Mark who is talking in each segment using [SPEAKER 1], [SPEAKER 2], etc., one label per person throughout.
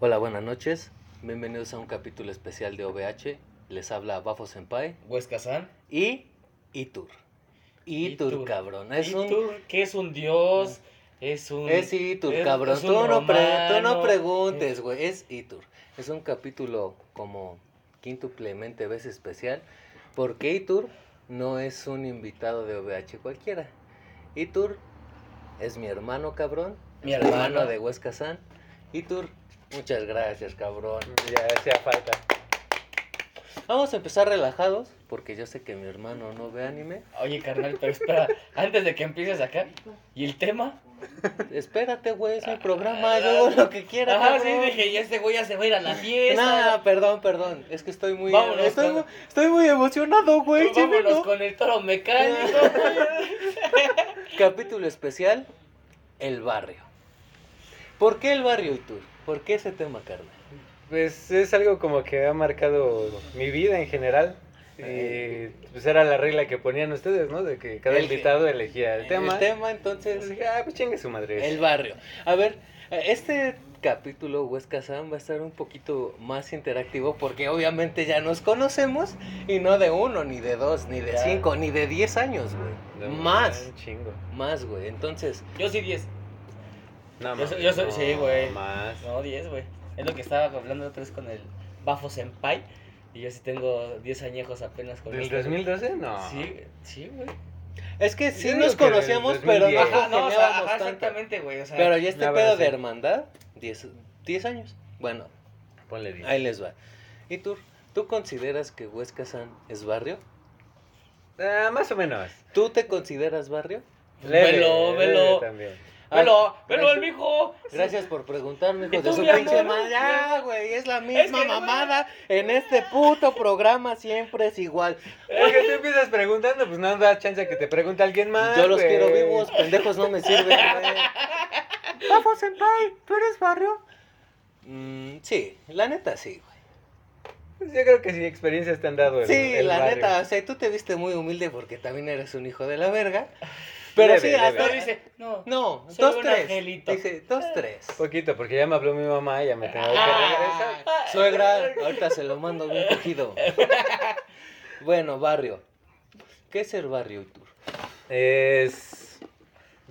[SPEAKER 1] Hola, buenas noches. Bienvenidos a un capítulo especial de OVH. Les habla Bafo Senpai
[SPEAKER 2] Huesca San.
[SPEAKER 1] y Itur. Itur,
[SPEAKER 2] Itur.
[SPEAKER 1] cabrón. Es
[SPEAKER 2] ¿Y
[SPEAKER 1] un.
[SPEAKER 2] tú qué es un dios? Es un.
[SPEAKER 1] Es Itur,
[SPEAKER 2] es-
[SPEAKER 1] cabrón.
[SPEAKER 2] es un
[SPEAKER 1] tú, no pre- tú no
[SPEAKER 2] romano.
[SPEAKER 1] preguntes, güey. Es Itur. Es un capítulo como quíntuplemente veces especial. Porque Itur no es un invitado de OVH cualquiera. Itur es mi hermano, cabrón.
[SPEAKER 2] Mi
[SPEAKER 1] es
[SPEAKER 2] hermano.
[SPEAKER 1] de Huesca San. Itur, muchas gracias, cabrón. Ya hacía falta. Vamos a empezar relajados, porque yo sé que mi hermano no ve anime.
[SPEAKER 2] Oye, carnal, pero espera, antes de que empieces acá. ¿Y el tema?
[SPEAKER 1] Espérate, güey, es mi programa, yo hago lo que quiera.
[SPEAKER 2] Ajá, sí,
[SPEAKER 1] cabrón.
[SPEAKER 2] dije, ya este güey ya se va a ir a la
[SPEAKER 1] Nah,
[SPEAKER 2] fiesta.
[SPEAKER 1] perdón, perdón. Es que estoy muy.
[SPEAKER 2] Vámonos,
[SPEAKER 1] estoy,
[SPEAKER 2] cabrón.
[SPEAKER 1] mu- estoy muy emocionado, güey.
[SPEAKER 2] Pues
[SPEAKER 1] sí,
[SPEAKER 2] vámonos
[SPEAKER 1] ¿no?
[SPEAKER 2] con el toro mecánico.
[SPEAKER 1] Capítulo especial: El barrio. ¿Por qué el barrio y tú? ¿Por qué ese tema, carnal?
[SPEAKER 3] Pues es algo como que ha marcado mi vida en general. Y pues era la regla que ponían ustedes, ¿no? De que cada
[SPEAKER 1] El-
[SPEAKER 3] invitado elegía el tema.
[SPEAKER 1] El tema, entonces.
[SPEAKER 3] Entonces dije, ah, pues chingue su madre.
[SPEAKER 1] El barrio. A ver, eh, este capítulo Huesca Sam va a estar un poquito más interactivo porque obviamente ya nos conocemos y no de uno, ni de dos, ni de
[SPEAKER 2] Ya.
[SPEAKER 1] cinco, ni de diez años, güey.
[SPEAKER 3] No,
[SPEAKER 1] Más,
[SPEAKER 3] Un chingo.
[SPEAKER 1] más, güey. Entonces,
[SPEAKER 2] Yo sí 10.
[SPEAKER 3] No,
[SPEAKER 2] Yo soy-
[SPEAKER 3] mames,
[SPEAKER 2] yo soy-
[SPEAKER 3] no,
[SPEAKER 2] sí, güey.
[SPEAKER 3] Más.
[SPEAKER 2] No, 10, güey. Es lo que estaba hablando otra vez con el Bafo Senpai. Y yo sí tengo 10 añejos apenas con
[SPEAKER 3] ¿Del
[SPEAKER 2] este-
[SPEAKER 3] 2012? No.
[SPEAKER 2] Sí, sí, güey.
[SPEAKER 1] es que
[SPEAKER 3] Yo
[SPEAKER 1] sí
[SPEAKER 3] digo
[SPEAKER 1] nos
[SPEAKER 3] que del
[SPEAKER 1] conocíamos, pero no
[SPEAKER 3] 2010.
[SPEAKER 2] Ajá, Ah, no, o sea,
[SPEAKER 1] congeniábamos
[SPEAKER 2] ajá,
[SPEAKER 1] tanto.
[SPEAKER 2] exactamente, güey. O sea,
[SPEAKER 1] Pero ya este
[SPEAKER 3] La verdad,
[SPEAKER 1] pedo de
[SPEAKER 3] sí.
[SPEAKER 1] hermandad, 10 10 años. Bueno,
[SPEAKER 3] Ponle 10.
[SPEAKER 1] ahí les va. ¿Y tú, tú consideras que Huesca San es barrio?
[SPEAKER 3] Ah, más o menos.
[SPEAKER 1] ¿Tú te consideras barrio?
[SPEAKER 3] Leve,
[SPEAKER 2] Velo,
[SPEAKER 3] leve
[SPEAKER 2] velo.
[SPEAKER 3] También.
[SPEAKER 1] Ah,
[SPEAKER 2] Velo, velo
[SPEAKER 1] gracias.
[SPEAKER 2] el mijo.
[SPEAKER 1] Gracias por preguntarme, hijo
[SPEAKER 2] ¿Y
[SPEAKER 1] de
[SPEAKER 2] tú,
[SPEAKER 1] su
[SPEAKER 2] mi amor?
[SPEAKER 1] pinche madre. Ya, güey, es la misma
[SPEAKER 2] Es que,
[SPEAKER 1] mamada. En este puto programa siempre es igual.
[SPEAKER 3] Porque tú empiezas preguntando, pues no da chance a que te pregunte alguien más.
[SPEAKER 1] Yo los
[SPEAKER 3] güey.
[SPEAKER 1] quiero vivos, pendejos no me sirven, güey. Vamos, senpai, ¿tú eres barrio? Mm, sí, la neta sí, güey.
[SPEAKER 3] Pues yo creo que sí, experiencias te han dado. el-
[SPEAKER 1] Sí,
[SPEAKER 3] el
[SPEAKER 1] la
[SPEAKER 3] barrio.
[SPEAKER 1] neta, o sea, tú te viste muy humilde porque también eres un hijo de la verga. Pero
[SPEAKER 3] Leve,
[SPEAKER 1] sí,
[SPEAKER 3] leve.
[SPEAKER 1] hasta
[SPEAKER 2] No, dice, no.
[SPEAKER 1] No,
[SPEAKER 2] Soy
[SPEAKER 1] dos,
[SPEAKER 2] un
[SPEAKER 1] tres.
[SPEAKER 2] angelito.
[SPEAKER 1] Dice, dos, tres.
[SPEAKER 3] Poquito, porque ya me habló mi mamá y ya me tengo que regresar.
[SPEAKER 1] Ah, Suegra, ahorita se lo mando bien cogido. Bueno, barrio. ¿Qué es el barrio, Tour?
[SPEAKER 3] Es.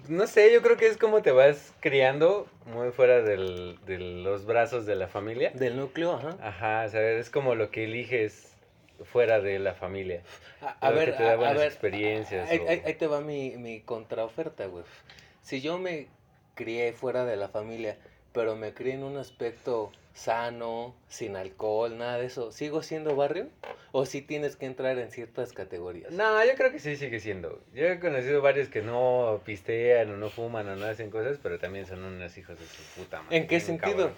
[SPEAKER 3] No sé, yo creo que es como te vas criando muy fuera del- de los brazos de la familia.
[SPEAKER 1] Del núcleo, ajá.
[SPEAKER 3] Ajá, o sea, es como lo que eliges fuera de la familia.
[SPEAKER 1] A, a
[SPEAKER 3] Lo Ah, que
[SPEAKER 1] ver,
[SPEAKER 3] te da
[SPEAKER 1] a, a
[SPEAKER 3] buenas
[SPEAKER 1] ver.
[SPEAKER 3] experiencias,
[SPEAKER 1] Ahí,
[SPEAKER 3] o-
[SPEAKER 1] ahí- ahí te va mi, mi contraoferta, güey. Si yo me crié fuera de la familia, pero me crié en un aspecto sano, sin alcohol, nada de eso, ¿sigo siendo barrio? ¿O si tienes que entrar en ciertas categorías?
[SPEAKER 3] No, yo creo que sí sigue siendo. Yo he conocido varios que no pistean o no fuman o no hacen cosas, pero también son unos hijos de su puta madre.
[SPEAKER 1] ¿En qué
[SPEAKER 3] bien
[SPEAKER 1] sentido?
[SPEAKER 3] cabrón.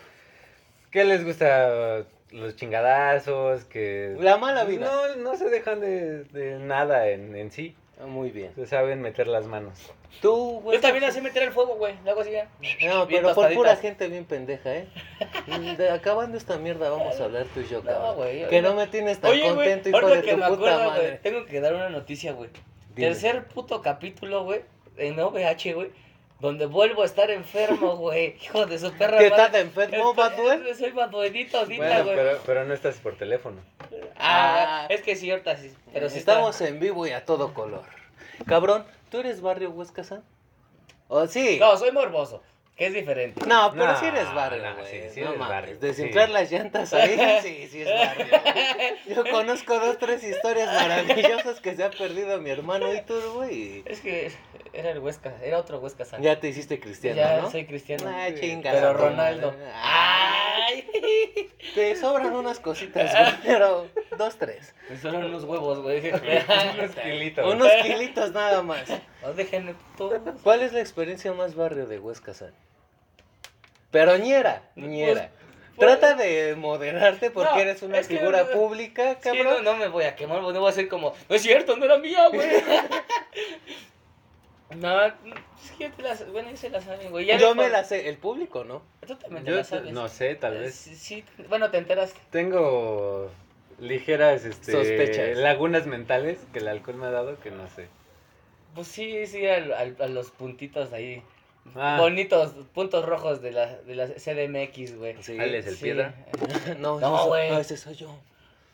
[SPEAKER 3] ¿Qué les gusta? Los chingadazos, que...
[SPEAKER 1] La mala vida.
[SPEAKER 3] No, no se dejan de, de nada en, en sí.
[SPEAKER 1] Ah, Muy bien.
[SPEAKER 3] Se saben meter las manos.
[SPEAKER 1] Tú, güey.
[SPEAKER 2] Yo también así meter el fuego, güey. Luego así ya.
[SPEAKER 1] No, pero
[SPEAKER 2] Bien
[SPEAKER 1] por
[SPEAKER 2] tostaditas.
[SPEAKER 1] pura gente bien pendeja, ¿eh? De- acabando esta mierda vamos a hablar tú y yo,
[SPEAKER 2] No,
[SPEAKER 1] cabrón.
[SPEAKER 2] güey,
[SPEAKER 1] que
[SPEAKER 2] oye.
[SPEAKER 1] no me tienes tan
[SPEAKER 2] Oye, güey,
[SPEAKER 1] contento, hijo de
[SPEAKER 2] ahorita
[SPEAKER 1] tu
[SPEAKER 2] que me
[SPEAKER 1] puta
[SPEAKER 2] acuerdo, güey.
[SPEAKER 1] madre.
[SPEAKER 2] Tengo que dar una noticia, güey.
[SPEAKER 1] Dime.
[SPEAKER 2] Tercer puto capítulo, güey. En OVH, güey. Donde vuelvo a estar enfermo, güey. Hijo de su perra.
[SPEAKER 1] ¿Que
[SPEAKER 2] madre.
[SPEAKER 1] estás enfermo,
[SPEAKER 2] Estoy-
[SPEAKER 1] Batuel?
[SPEAKER 2] Soy Batuelito ahorita,
[SPEAKER 3] Bueno,
[SPEAKER 2] güey.
[SPEAKER 3] pero, pero no estás por teléfono.
[SPEAKER 2] Ah,
[SPEAKER 1] Ah.
[SPEAKER 2] es que sí, ahorita sí. Pero sí
[SPEAKER 1] Estamos en vivo y a todo color. Cabrón, ¿tú eres barrio Huesca San? ¿O sí?
[SPEAKER 2] está- No, soy morboso. Que es diferente.
[SPEAKER 1] No, pero
[SPEAKER 3] No,
[SPEAKER 1] sí eres barrio,
[SPEAKER 3] no,
[SPEAKER 1] güey.
[SPEAKER 3] sí, sí
[SPEAKER 1] no
[SPEAKER 3] eres
[SPEAKER 1] mames.
[SPEAKER 3] barrio,
[SPEAKER 1] Desinflar
[SPEAKER 3] sí.
[SPEAKER 1] las llantas ahí, sí, sí es barrio. güey. Yo conozco dos, tres historias maravillosas que se ha perdido mi hermano y tú, güey.
[SPEAKER 2] Es que era el Huesca. Era otro Huesca San.
[SPEAKER 1] Ya te hiciste cristiano,
[SPEAKER 2] Ya
[SPEAKER 1] ¿no?
[SPEAKER 2] soy cristiano.
[SPEAKER 1] Ah, chinga.
[SPEAKER 2] Pero
[SPEAKER 1] tu madre.
[SPEAKER 2] Ronaldo.
[SPEAKER 1] Ah,
[SPEAKER 2] ¡Ay!
[SPEAKER 1] te sobran unas cositas, güey, pero dos, tres.
[SPEAKER 2] Me sobran unos huevos, güey.
[SPEAKER 3] Unos kilitos.
[SPEAKER 1] Unos kilitos nada más.
[SPEAKER 2] No dejen el puto.
[SPEAKER 1] ¿Cuál es la experiencia más barrio de Huesca San? Pero ñera, ñera.
[SPEAKER 2] pues-
[SPEAKER 1] Trata de moderarte porque
[SPEAKER 2] No,
[SPEAKER 1] eres una
[SPEAKER 2] es que-
[SPEAKER 1] figura pública,
[SPEAKER 2] Sí,
[SPEAKER 1] cabrón.
[SPEAKER 2] no, no me voy a quemar, güey, no voy a ser como. No es cierto, no era mía, güey. no, es que te las. Bueno, ya se las saben, güey. Ya
[SPEAKER 1] Yo
[SPEAKER 2] después-
[SPEAKER 1] me la sé, el público, ¿no?
[SPEAKER 2] Tú también te
[SPEAKER 3] Yo
[SPEAKER 2] las sabes.
[SPEAKER 3] no sé, tal
[SPEAKER 2] Eh,
[SPEAKER 3] vez.
[SPEAKER 2] Sí, sí, bueno, te enteraste.
[SPEAKER 3] Tengo ligeras este,
[SPEAKER 1] Sospechas.
[SPEAKER 3] lagunas mentales que el alcohol me ha dado que no sé.
[SPEAKER 2] Pues sí, sí, al- al- a los puntitos ahí.
[SPEAKER 3] Ah,
[SPEAKER 2] Bonitos puntos rojos de la, de la CDMX, güey.
[SPEAKER 1] Sí.
[SPEAKER 3] Ale es el
[SPEAKER 2] Sí.
[SPEAKER 3] piedra.
[SPEAKER 1] No,
[SPEAKER 2] No,
[SPEAKER 1] ese,
[SPEAKER 2] güey.
[SPEAKER 1] no, ese soy yo.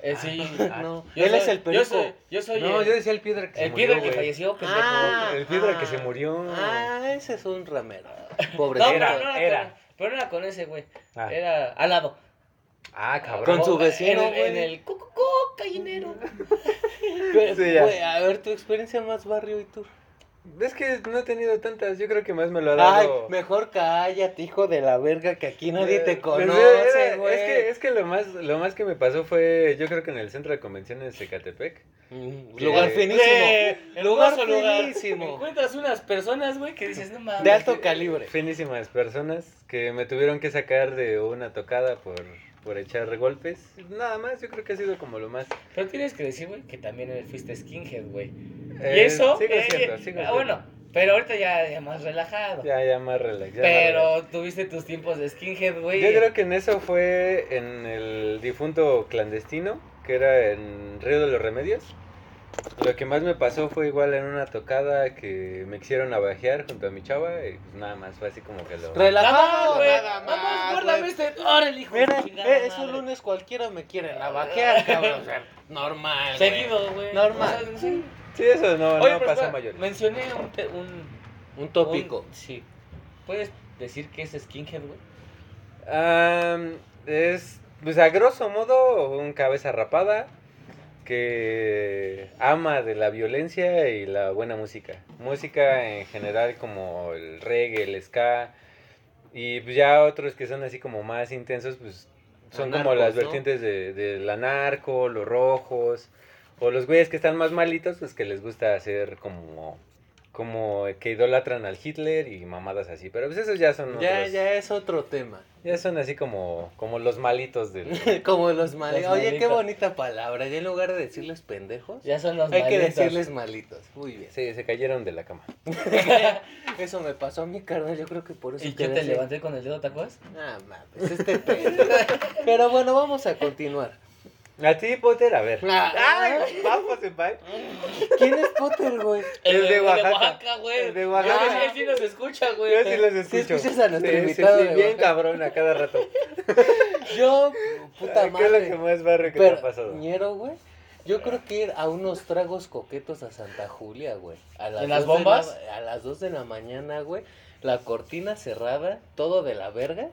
[SPEAKER 2] Eh, sí.
[SPEAKER 3] Ah,
[SPEAKER 1] No,
[SPEAKER 2] Yo
[SPEAKER 1] él
[SPEAKER 2] soy-
[SPEAKER 1] es el
[SPEAKER 2] Yo
[SPEAKER 1] perico.
[SPEAKER 2] soy, yo soy
[SPEAKER 3] No,
[SPEAKER 2] el,
[SPEAKER 3] yo decía el piedra que se
[SPEAKER 2] el
[SPEAKER 3] murió,
[SPEAKER 2] piedra que
[SPEAKER 3] güey.
[SPEAKER 2] falleció, pendejo.
[SPEAKER 1] Ah,
[SPEAKER 3] El piedra que se murió.
[SPEAKER 1] Ah, ese es un ramero.
[SPEAKER 2] no,
[SPEAKER 1] Pobrecito.
[SPEAKER 2] pero
[SPEAKER 3] era,
[SPEAKER 2] no era,
[SPEAKER 3] era.
[SPEAKER 2] con- pero no era con ese, güey.
[SPEAKER 3] Ah,
[SPEAKER 2] Era al lado.
[SPEAKER 3] ah, cabrón.
[SPEAKER 1] Con su vecino,
[SPEAKER 2] En el, en
[SPEAKER 1] güey.
[SPEAKER 2] el cu, cu, cu, gallinero.
[SPEAKER 1] Pero,
[SPEAKER 3] Sí, ya.
[SPEAKER 1] güey, a ver, tu experiencia más barrio y tú.
[SPEAKER 3] Es que no he tenido tantas, yo creo que más me lo ha
[SPEAKER 1] Ay,
[SPEAKER 3] dado.
[SPEAKER 1] mejor cállate, hijo de la verga, que aquí nadie
[SPEAKER 3] Eh,
[SPEAKER 1] te
[SPEAKER 3] pues,
[SPEAKER 1] conoce,
[SPEAKER 3] era-
[SPEAKER 1] güey.
[SPEAKER 3] Es que, es que lo, más, lo más que me pasó fue, yo creo que en el centro de convenciones de Ecatepec.
[SPEAKER 1] Mm, Lugar
[SPEAKER 3] Eh,
[SPEAKER 1] finísimo.
[SPEAKER 2] Güey,
[SPEAKER 1] Lugar
[SPEAKER 2] hermoso lugar.
[SPEAKER 1] finísimo.
[SPEAKER 2] Encuentras unas personas, güey, que dices, no mames.
[SPEAKER 1] De alto calibre.
[SPEAKER 3] Finísimas personas que me tuvieron que sacar de una tocada por, por echar golpes. Nada más, yo creo que ha sido como lo más.
[SPEAKER 2] Pero tienes que decir, güey, que también eh, fuiste skinhead, güey.
[SPEAKER 3] Eh,
[SPEAKER 2] y eso.
[SPEAKER 3] Sigo
[SPEAKER 2] eh,
[SPEAKER 3] siendo,
[SPEAKER 2] eh,
[SPEAKER 3] sigo
[SPEAKER 2] ah,
[SPEAKER 3] siendo.
[SPEAKER 2] bueno, pero ahorita ya, ya más relajado.
[SPEAKER 3] Ya, ya más relax. ya más relax.
[SPEAKER 2] pero tuviste tus tiempos de skinhead, güey.
[SPEAKER 3] Yo creo que en eso fue en el difunto clandestino, que era en Río de los Remedios. Lo que más me pasó fue igual en una tocada que me quisieron abajear junto a mi chava y pues nada más fue así como que lo...
[SPEAKER 1] Relajado,
[SPEAKER 2] Vamos, güey.
[SPEAKER 1] nada más,
[SPEAKER 2] Vamos,
[SPEAKER 1] güey.
[SPEAKER 2] guárdame este. Órale, hijo de
[SPEAKER 1] Mira,
[SPEAKER 2] chingada
[SPEAKER 1] eh, esos
[SPEAKER 2] madre.
[SPEAKER 1] lunes cualquiera me quieren abaquear, cabrón. o sea, normal. güey.
[SPEAKER 2] Seguido, güey.
[SPEAKER 1] Normal.
[SPEAKER 2] O sea, sí.
[SPEAKER 3] Sí, eso no,
[SPEAKER 2] Oye, pues, pero
[SPEAKER 3] no pasó
[SPEAKER 2] espera,
[SPEAKER 3] mayor.
[SPEAKER 2] Mencioné un, te- un
[SPEAKER 1] Un tópico.
[SPEAKER 2] un- sí. ¿Puedes decir que es skinhead, güey?
[SPEAKER 3] es, pues a grosso modo, un cabeza rapada que ama de la violencia y la buena música. Música en general como el reggae, el ska. Y pues ya otros que son así como más intensos, pues son como
[SPEAKER 1] Anarcos,
[SPEAKER 3] las
[SPEAKER 1] ¿no?
[SPEAKER 3] vertientes de, de la narco, los rojos, o los güeyes que están más malitos, pues que les gusta hacer como, como que idolatran al Hitler y mamadas así. Pero pues esos ya son
[SPEAKER 1] Ya,
[SPEAKER 3] otros-
[SPEAKER 1] ya es otro tema.
[SPEAKER 3] ya son así como, como los malitos del...
[SPEAKER 1] Como los malitos.
[SPEAKER 2] Los
[SPEAKER 1] Oye, qué
[SPEAKER 2] malitos.
[SPEAKER 1] bonita palabra. Ya en lugar de decirles pendejos,
[SPEAKER 2] Ya son los
[SPEAKER 1] hay que
[SPEAKER 2] malitos.
[SPEAKER 1] decirles malitos. Muy bien.
[SPEAKER 3] Sí, se cayeron de la cama.
[SPEAKER 1] Eso me pasó a mi carnal. Yo creo que por eso.
[SPEAKER 2] Y yo te
[SPEAKER 1] quedé así.
[SPEAKER 2] levanté con el dedo, ¿te acuerdas?
[SPEAKER 1] Ah, mames, este pendejo. Pero bueno, vamos a continuar.
[SPEAKER 3] A ti, Potter, a ver.
[SPEAKER 1] Ah.
[SPEAKER 3] ¡Ay, vamos, senpai!
[SPEAKER 1] ¿Quién es Potter, güey?
[SPEAKER 3] El de Oaxaca.
[SPEAKER 2] güey.
[SPEAKER 3] El de Oaxaca.
[SPEAKER 2] Él- Él sí nos escucha, güey.
[SPEAKER 3] Yo sí los
[SPEAKER 1] Sí,
[SPEAKER 3] escucho.
[SPEAKER 1] escuchas a nuestro
[SPEAKER 3] Sí, sí,
[SPEAKER 1] invitado
[SPEAKER 3] sí,
[SPEAKER 1] de
[SPEAKER 3] bien
[SPEAKER 1] Oaxaca.
[SPEAKER 3] cabrón a cada rato.
[SPEAKER 1] Yo, puta
[SPEAKER 3] Ay, ¿Qué es lo que
[SPEAKER 1] madre.
[SPEAKER 3] más barrio que te ha pasado?
[SPEAKER 1] Pero, ñero, güey. Yo creo que ir a unos tragos coquetos a Santa Julia, güey. A
[SPEAKER 2] ¿En las
[SPEAKER 1] dos de la-
[SPEAKER 2] bombas?
[SPEAKER 1] a las 2 de la mañana, güey. La cortina cerrada, todo de la verga.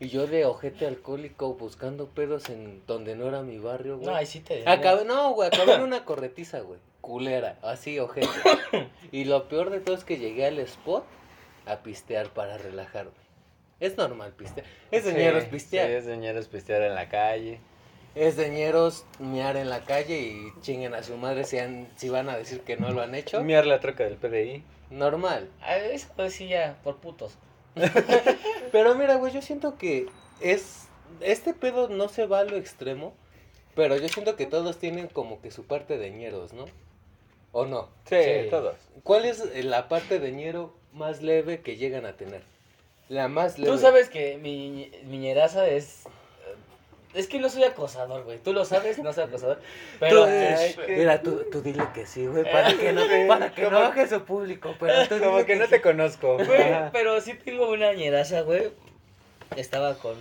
[SPEAKER 1] Y yo de ojete alcohólico buscando pedos en donde no era mi barrio, güey.
[SPEAKER 2] No, ahí sí te.
[SPEAKER 1] Acabé, Ah, no, güey, acabé en una corretiza, güey. Culera, así, ojete. Y lo peor de todo es que llegué al spot a pistear para relajarme. Es normal pistear. Es de ñeros
[SPEAKER 3] Sí,
[SPEAKER 1] pistear.
[SPEAKER 3] sí, es de ñeros pistear en la calle.
[SPEAKER 1] Es de ñeros mear en la calle y chinguen a su madre si, han- si van a decir que no lo han hecho.
[SPEAKER 3] Miar la troca del PDI.
[SPEAKER 1] Normal.
[SPEAKER 2] A ver, eso pues sí ya, por putos.
[SPEAKER 1] Pero mira, güey, yo siento que es este pedo no se va a lo extremo, pero yo siento que todos tienen como que su parte de ñeros, ¿no? ¿O no?
[SPEAKER 3] Sí,
[SPEAKER 2] Sí.
[SPEAKER 3] todos.
[SPEAKER 1] ¿Cuál es eh, la parte de ñero más leve que llegan a tener? La más leve.
[SPEAKER 2] Tú sabes que mi mi ñeraza es. eh, Es que no soy acosador, güey. Tú lo sabes, no soy acosador. Pero.
[SPEAKER 1] Tú,
[SPEAKER 3] Ay, qué-
[SPEAKER 1] mira, tú, tú dile que sí, güey, para que no,
[SPEAKER 2] Eh,
[SPEAKER 3] Sí,
[SPEAKER 1] para que no
[SPEAKER 3] como-
[SPEAKER 1] baje su público, pero tú
[SPEAKER 3] Como
[SPEAKER 1] dile
[SPEAKER 3] que no
[SPEAKER 1] sí.
[SPEAKER 3] te conozco.
[SPEAKER 2] Güey,
[SPEAKER 3] Ajá.
[SPEAKER 2] pero sí tengo una ñeraza, güey. Estaba con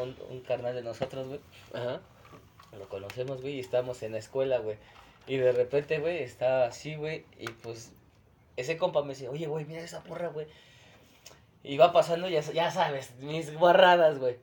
[SPEAKER 2] un, un carnal de nosotros, güey.
[SPEAKER 1] Ajá.
[SPEAKER 2] Lo conocemos, güey, y estábamos en la escuela, güey. Y de repente, güey, estaba así, güey. Y pues ese compa me dice, oye, güey, mira esa porra, güey. Y va pasando, ya, sa- ya sabes, mis guarradas, güey.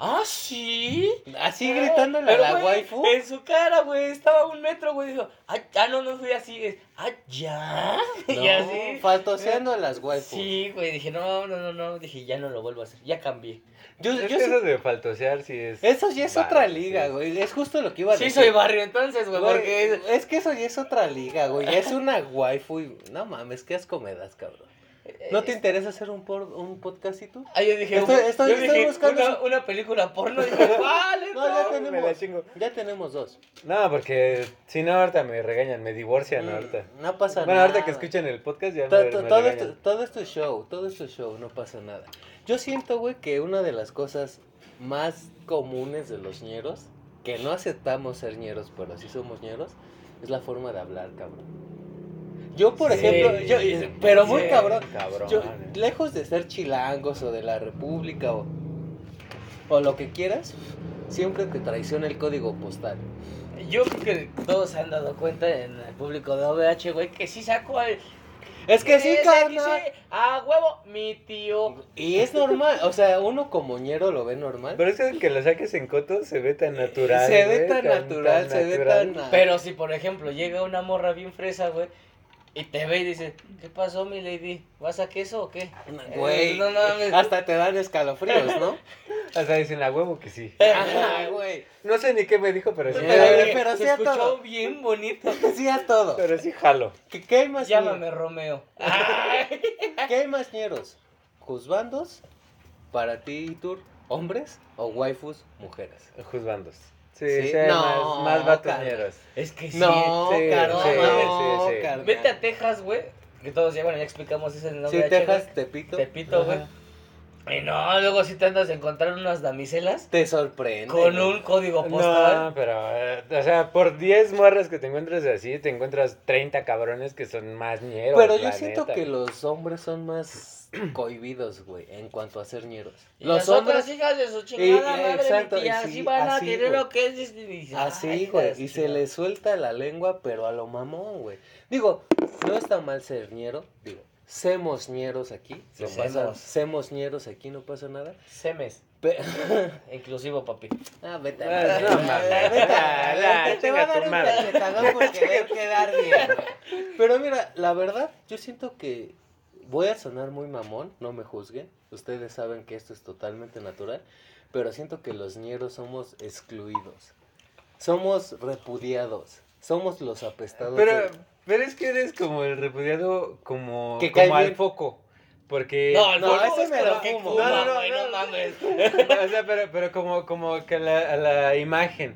[SPEAKER 2] Ah, sí.
[SPEAKER 1] Así
[SPEAKER 2] Ah,
[SPEAKER 1] gritándole
[SPEAKER 2] pero,
[SPEAKER 1] a la
[SPEAKER 2] güey, eh,
[SPEAKER 1] waifu.
[SPEAKER 2] En su cara, güey, estaba a un metro, güey. Dijo, ah, ah, no, no fui así. es, Ah, ya.
[SPEAKER 1] No,
[SPEAKER 2] y así.
[SPEAKER 1] Faltoseando a las waifus.
[SPEAKER 2] Sí, güey, dije, no, no, no, no, dije, ya no lo vuelvo a hacer, ya cambié.
[SPEAKER 1] Yo,
[SPEAKER 3] Es
[SPEAKER 1] yo
[SPEAKER 3] que
[SPEAKER 1] sí-
[SPEAKER 3] eso de faltosear sí es...
[SPEAKER 1] eso ya es
[SPEAKER 3] Vale,
[SPEAKER 1] otra liga,
[SPEAKER 3] sí.
[SPEAKER 1] güey. Es justo lo que iba a
[SPEAKER 2] Sí,
[SPEAKER 1] decir.
[SPEAKER 2] soy barrio entonces, güey,
[SPEAKER 1] Güey,
[SPEAKER 2] porque es-
[SPEAKER 1] es que eso ya es otra liga, güey. Ya es una waifu. y- No mames, qué asco me das, cabrón. eh, ¿No te interesa hacer un, por, un podcast y tú?
[SPEAKER 2] Ah, yo dije,
[SPEAKER 1] Estoy-
[SPEAKER 2] güey,
[SPEAKER 1] estoy-
[SPEAKER 2] yo
[SPEAKER 1] estoy
[SPEAKER 2] dije,
[SPEAKER 1] buscando
[SPEAKER 2] una,
[SPEAKER 1] su-
[SPEAKER 2] una película porno, y dije, vale,
[SPEAKER 1] No,
[SPEAKER 2] no.
[SPEAKER 1] ya tenemos.
[SPEAKER 3] Me la chingo.
[SPEAKER 1] Ya tenemos dos.
[SPEAKER 3] No, porque si no ahorita me regañan, me divorcian
[SPEAKER 1] Mm,
[SPEAKER 3] ahorita.
[SPEAKER 1] No pasa
[SPEAKER 3] Bueno,
[SPEAKER 1] nada.
[SPEAKER 3] ahorita que escuchen el podcast ya
[SPEAKER 1] To-
[SPEAKER 3] me,
[SPEAKER 1] to-
[SPEAKER 3] me
[SPEAKER 1] todo,
[SPEAKER 3] regañan.
[SPEAKER 1] esto, todo esto es show, todo esto es show, no pasa nada. Yo siento, güey, que una de las cosas más comunes de los ñeros, que no aceptamos ser ñeros, pero sí somos ñeros, es la forma de hablar, cabrón. Yo, por
[SPEAKER 2] Sí.
[SPEAKER 1] ejemplo, yo, pero muy
[SPEAKER 2] Sí.
[SPEAKER 1] cabrón.
[SPEAKER 3] Cabrón.
[SPEAKER 1] Yo,
[SPEAKER 3] eh.
[SPEAKER 1] lejos de ser chilangos o de la República o, o lo que quieras, siempre te traiciona el código postal.
[SPEAKER 2] Yo creo que todos se han dado cuenta en el público de OVH, güey, que sí sacó el.
[SPEAKER 1] Es que sí,
[SPEAKER 2] Ese
[SPEAKER 1] carnal.
[SPEAKER 2] dice, A huevo, mi tío.
[SPEAKER 1] Y es normal, o sea, uno como ñero lo ve normal.
[SPEAKER 3] Pero es que lo saques en coto se ve tan natural.
[SPEAKER 1] se ve
[SPEAKER 3] güey,
[SPEAKER 1] tan, natural, se ve
[SPEAKER 3] natural.
[SPEAKER 1] tan. na-
[SPEAKER 2] Pero si, por ejemplo, llega una morra bien fresa, güey, y te ve y dice, ¿qué pasó, mi lady? ¿Vas a queso o qué?
[SPEAKER 1] Güey,
[SPEAKER 2] No mames.
[SPEAKER 1] Eh, hasta te dan escalofríos, ¿no?
[SPEAKER 3] Hasta dicen a huevo que sí.
[SPEAKER 1] Ajá, güey.
[SPEAKER 3] No sé ni qué me dijo, pero sí.
[SPEAKER 1] Pero- pero
[SPEAKER 2] se
[SPEAKER 1] sí a
[SPEAKER 2] escuchó
[SPEAKER 1] todo.
[SPEAKER 2] bien bonito.
[SPEAKER 1] Sí a todo.
[SPEAKER 3] Pero sí jalo.
[SPEAKER 1] ¿Qué, qué hay más
[SPEAKER 2] Llámame Romeo.
[SPEAKER 1] ñe- ¿Qué hay más ñeros? ¿Juzbandos? Para ti, Tur, hombres o waifus, mujeres.
[SPEAKER 3] Juzbandos. Sí,
[SPEAKER 1] Sí.
[SPEAKER 3] sí, hay
[SPEAKER 1] No,
[SPEAKER 3] más, más
[SPEAKER 1] carnal.
[SPEAKER 3] batoneros.
[SPEAKER 2] Es que sí.
[SPEAKER 1] No,
[SPEAKER 3] sí,
[SPEAKER 1] carnal,
[SPEAKER 2] sí,
[SPEAKER 1] no,
[SPEAKER 3] sí, sí.
[SPEAKER 1] carnal.
[SPEAKER 2] Vete a Texas, güey. Que todos ya, bueno, ya explicamos eso en el
[SPEAKER 1] Sí,
[SPEAKER 2] nombre
[SPEAKER 1] Texas, Tepito.
[SPEAKER 2] Tepito, güey.
[SPEAKER 1] Ajá.
[SPEAKER 2] Y no, luego si te andas a encontrar unas damiselas
[SPEAKER 1] Te sorprende.
[SPEAKER 2] con
[SPEAKER 1] güey.
[SPEAKER 2] un código
[SPEAKER 3] No,
[SPEAKER 2] postal.
[SPEAKER 3] pero, eh, o sea, por 10 morras que te encuentras así, te encuentras 30 cabrones que son más ñeros.
[SPEAKER 1] Pero yo
[SPEAKER 3] la
[SPEAKER 1] siento
[SPEAKER 3] neta.
[SPEAKER 1] que los hombres son más cohibidos, güey, en cuanto a ser ñeros.
[SPEAKER 2] Y las
[SPEAKER 1] Los hombres,
[SPEAKER 2] otras hijas de su
[SPEAKER 1] Y-
[SPEAKER 2] chingada madre,
[SPEAKER 1] exacto,
[SPEAKER 2] mi tía,
[SPEAKER 1] y sí,
[SPEAKER 2] así van a
[SPEAKER 1] así,
[SPEAKER 2] querer
[SPEAKER 1] güey.
[SPEAKER 2] lo que es discriminación. Ay,
[SPEAKER 1] así,
[SPEAKER 2] hija de
[SPEAKER 1] güey,
[SPEAKER 2] su
[SPEAKER 1] y se
[SPEAKER 2] chingada.
[SPEAKER 1] les suelta la lengua, pero a lo mamón, güey. Digo, no está mal ser ñero, digo, semos ñeros aquí, no
[SPEAKER 2] Sí,
[SPEAKER 1] pasa,
[SPEAKER 2] semos.
[SPEAKER 1] semos ñeros aquí, no pasa nada.
[SPEAKER 2] Semes,
[SPEAKER 1] Pe-
[SPEAKER 2] inclusivo, papi.
[SPEAKER 1] ah, vete a la-
[SPEAKER 3] Ah, no mames.
[SPEAKER 1] vete a la-
[SPEAKER 3] Ah,
[SPEAKER 1] te va a
[SPEAKER 3] chinga
[SPEAKER 1] dar
[SPEAKER 3] tu
[SPEAKER 1] un
[SPEAKER 3] madre.
[SPEAKER 1] cachetadón porque va a quedar bien, güey. Pero mira, la verdad, yo siento que voy a sonar muy mamón, no me juzguen. Ustedes saben que esto es totalmente natural, pero siento que los ñeros somos excluidos. Somos repudiados. Somos los apestados.
[SPEAKER 3] Pero,
[SPEAKER 1] de-
[SPEAKER 3] pero es que eres como el repudiado, como,
[SPEAKER 1] Que cae
[SPEAKER 3] como al
[SPEAKER 1] bien.
[SPEAKER 3] foco. Porque.
[SPEAKER 2] No, el
[SPEAKER 1] no,
[SPEAKER 2] polvo
[SPEAKER 1] ese
[SPEAKER 2] es
[SPEAKER 1] me
[SPEAKER 2] con
[SPEAKER 1] lo
[SPEAKER 2] que
[SPEAKER 1] fumo.
[SPEAKER 2] fuma,
[SPEAKER 3] No, no, no,
[SPEAKER 2] güey, no
[SPEAKER 3] no.
[SPEAKER 2] mames.
[SPEAKER 3] o sea, pero, pero como, como que a la, a la imagen.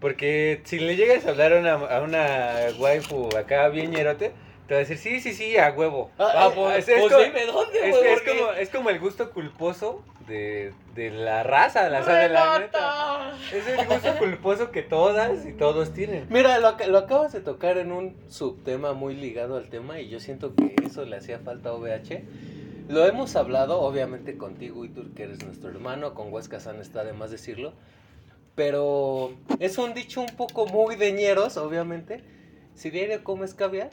[SPEAKER 3] Porque si le llegas a hablar a una, a una waifu acá bien ñerote, te va a decir, sí, sí, sí, a huevo.
[SPEAKER 1] Ah,
[SPEAKER 2] Ah,
[SPEAKER 1] eh,
[SPEAKER 2] pues,
[SPEAKER 3] es- es
[SPEAKER 2] pues
[SPEAKER 3] como-
[SPEAKER 2] dime dónde,
[SPEAKER 3] Es,
[SPEAKER 2] güey,
[SPEAKER 3] es
[SPEAKER 2] porque-
[SPEAKER 3] como, es como el gusto culposo de, de la raza, la raza de la neta.
[SPEAKER 2] ¡Renata!
[SPEAKER 3] Es el gusto culposo que todas y todos tienen.
[SPEAKER 1] Mira, lo, ac- lo acabas de tocar en un subtema muy ligado al tema y yo siento que eso le hacía falta a OVH. Lo hemos hablado, obviamente, contigo, Itur, que eres nuestro hermano, con Huesca San está de más decirlo. Pero es un dicho un poco muy de ñeros, obviamente. Si diario comes caviar,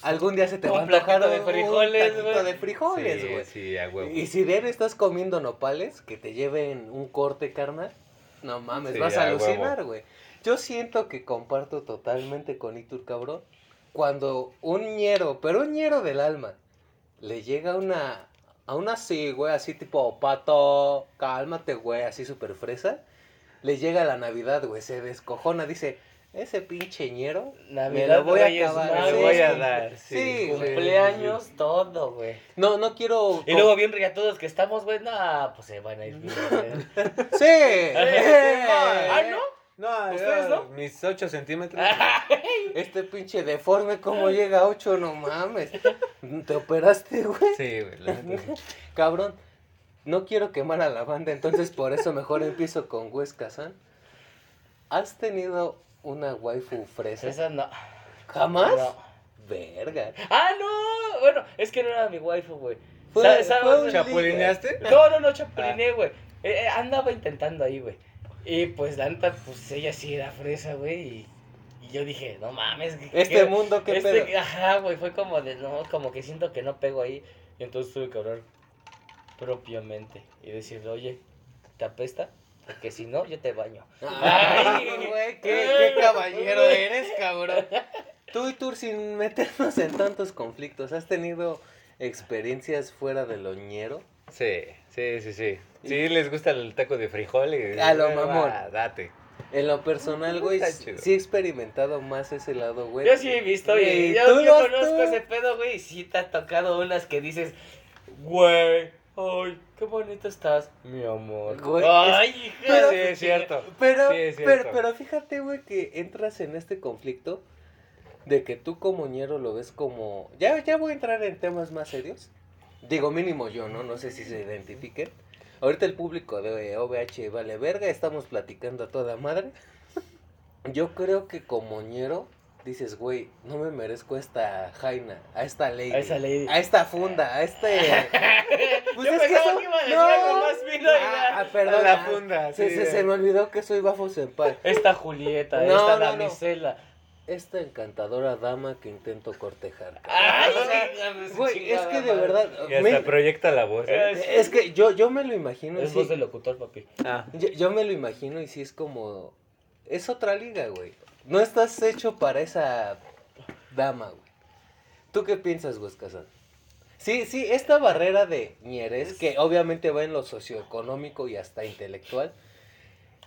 [SPEAKER 1] algún día se te
[SPEAKER 2] Un
[SPEAKER 1] va a antojar
[SPEAKER 2] platito de frijoles,
[SPEAKER 1] un taquito
[SPEAKER 2] güey.
[SPEAKER 1] de frijoles, güey.
[SPEAKER 3] sí, a huevo.
[SPEAKER 1] Y si diario estás comiendo nopales, que te lleven un corte carnal, no mames,
[SPEAKER 3] Sí,
[SPEAKER 1] vas a
[SPEAKER 3] a huevo.
[SPEAKER 1] alucinar, güey. Yo siento que comparto totalmente con Itur Cabrón cuando un ñero, pero un ñero del alma, le llega una, a una así, güey, así tipo, pato, cálmate, güey, así súper fresa, le llega la Navidad, güey, se descojona, dice, ese pinche ñero, me
[SPEAKER 2] Navidad,
[SPEAKER 1] lo voy a
[SPEAKER 2] Reyes
[SPEAKER 1] acabar.
[SPEAKER 3] Me
[SPEAKER 2] Magos,
[SPEAKER 3] lo
[SPEAKER 1] sí,
[SPEAKER 3] voy a
[SPEAKER 1] sí.
[SPEAKER 3] dar. Sí,
[SPEAKER 1] Sí,
[SPEAKER 3] sí,
[SPEAKER 1] güey.
[SPEAKER 2] Cumpleaños, todo, güey.
[SPEAKER 1] No, no quiero...
[SPEAKER 2] Y luego bien todos que estamos, güey, nah, pues se van a ir. bien, güey.
[SPEAKER 1] Sí.
[SPEAKER 2] ¿Ah, no?
[SPEAKER 3] No,
[SPEAKER 2] ¿Ustedes
[SPEAKER 3] yo,
[SPEAKER 2] no? Ah.
[SPEAKER 3] Mis 8 centímetros.
[SPEAKER 1] Este pinche deforme, ¿cómo llega a 8? No mames. Te operaste, güey.
[SPEAKER 3] Sí, güey. la neta sí.
[SPEAKER 1] Cabrón, no quiero quemar a la banda, entonces por eso mejor empiezo con Huesca San. ¿Has tenido una waifu fresa?
[SPEAKER 2] Esa Pues no.
[SPEAKER 1] ¿Jamás?
[SPEAKER 2] No.
[SPEAKER 1] Verga.
[SPEAKER 2] ¡Ah, no! Bueno, es que no era mi waifu, güey.
[SPEAKER 1] Fue-
[SPEAKER 2] ¿Sabes- sabes?
[SPEAKER 1] fue un
[SPEAKER 3] ¿Chapulineaste?
[SPEAKER 2] No, no, no,
[SPEAKER 1] Ah.
[SPEAKER 2] chapuliné, güey. Eh, eh, andaba intentando ahí, güey. Y pues la neta, pues ella sí era fresa, güey. Y, y yo dije, no mames. ¿qué-
[SPEAKER 1] Este
[SPEAKER 2] qué-
[SPEAKER 1] mundo, qué
[SPEAKER 2] este-
[SPEAKER 1] pedo.
[SPEAKER 2] Ajá, güey, fue como de, no, como que siento que no pego ahí. Y entonces tuve que hablar propiamente y decirle, oye, ¿te apesta? Porque si no, yo te baño.
[SPEAKER 1] Ay, güey, qué, qué caballero eres, cabrón. Tú y Tur, sin meternos en tantos conflictos, ¿has tenido experiencias fuera de loñero?
[SPEAKER 3] Sí, sí, sí, sí. Sí, les gusta el taco de frijol y...
[SPEAKER 1] A lo
[SPEAKER 3] Bueno,
[SPEAKER 1] mamón.
[SPEAKER 3] va, Date.
[SPEAKER 1] En lo personal, güey,
[SPEAKER 3] Está chido.
[SPEAKER 1] sí he experimentado más ese lado, güey.
[SPEAKER 2] Yo sí he visto, y
[SPEAKER 1] Y
[SPEAKER 2] yo,
[SPEAKER 1] tú
[SPEAKER 2] yo
[SPEAKER 1] lo has-
[SPEAKER 2] conozco
[SPEAKER 1] tú-
[SPEAKER 2] ese pedo, güey, y sí te ha tocado unas que dices, güey, ay, qué bonito estás, mi amor.
[SPEAKER 1] Güey,
[SPEAKER 2] ay, hija
[SPEAKER 1] pero-
[SPEAKER 3] Sí,
[SPEAKER 2] de
[SPEAKER 3] es
[SPEAKER 2] su chingada.
[SPEAKER 3] cierto.
[SPEAKER 1] Pero,
[SPEAKER 3] Sí, es
[SPEAKER 1] pero,
[SPEAKER 3] cierto.
[SPEAKER 1] pero fíjate, güey, que entras en este conflicto de que tú como ñero lo ves como... Ya, ya voy a entrar en temas más serios. Digo, mínimo yo, ¿no? No sé si se identifiquen. Ahorita el público de OVH vale verga, estamos platicando a toda madre. Yo creo que como ñero dices, güey, no me merezco a esta Jaina, a esta ley,
[SPEAKER 2] A esa lady.
[SPEAKER 1] a esta funda, a este... Pues
[SPEAKER 2] Yo
[SPEAKER 1] es que
[SPEAKER 2] pensaba
[SPEAKER 1] eso-
[SPEAKER 2] que iba a decir
[SPEAKER 1] no.
[SPEAKER 2] algo más fino y
[SPEAKER 1] Ah,
[SPEAKER 2] nada.
[SPEAKER 1] perdón.
[SPEAKER 3] la funda,
[SPEAKER 1] Se,
[SPEAKER 3] sí,
[SPEAKER 1] se-
[SPEAKER 3] de-
[SPEAKER 1] se me olvidó que soy Bafo Senpai.
[SPEAKER 2] Esta Julieta,
[SPEAKER 1] No,
[SPEAKER 2] esta
[SPEAKER 1] no, no.
[SPEAKER 2] damisela.
[SPEAKER 1] Esta encantadora dama que intento cortejar.
[SPEAKER 2] Ay,
[SPEAKER 1] Güey, es que de verdad...
[SPEAKER 3] Y hasta
[SPEAKER 1] me-
[SPEAKER 3] proyecta la voz. ¿eh?
[SPEAKER 2] Es-
[SPEAKER 1] es que yo, yo me lo imagino.
[SPEAKER 2] Es
[SPEAKER 1] Mm, sí. Mm,
[SPEAKER 2] voz de locutor, papi.
[SPEAKER 3] Ah,
[SPEAKER 1] Yo, yo me lo imagino y sí es como... Es otra liga, güey. No estás hecho para esa dama, güey. ¿Tú qué piensas, güey, Casas? Sí, sí, esta barrera de ñeres, que obviamente va en lo socioeconómico y hasta intelectual.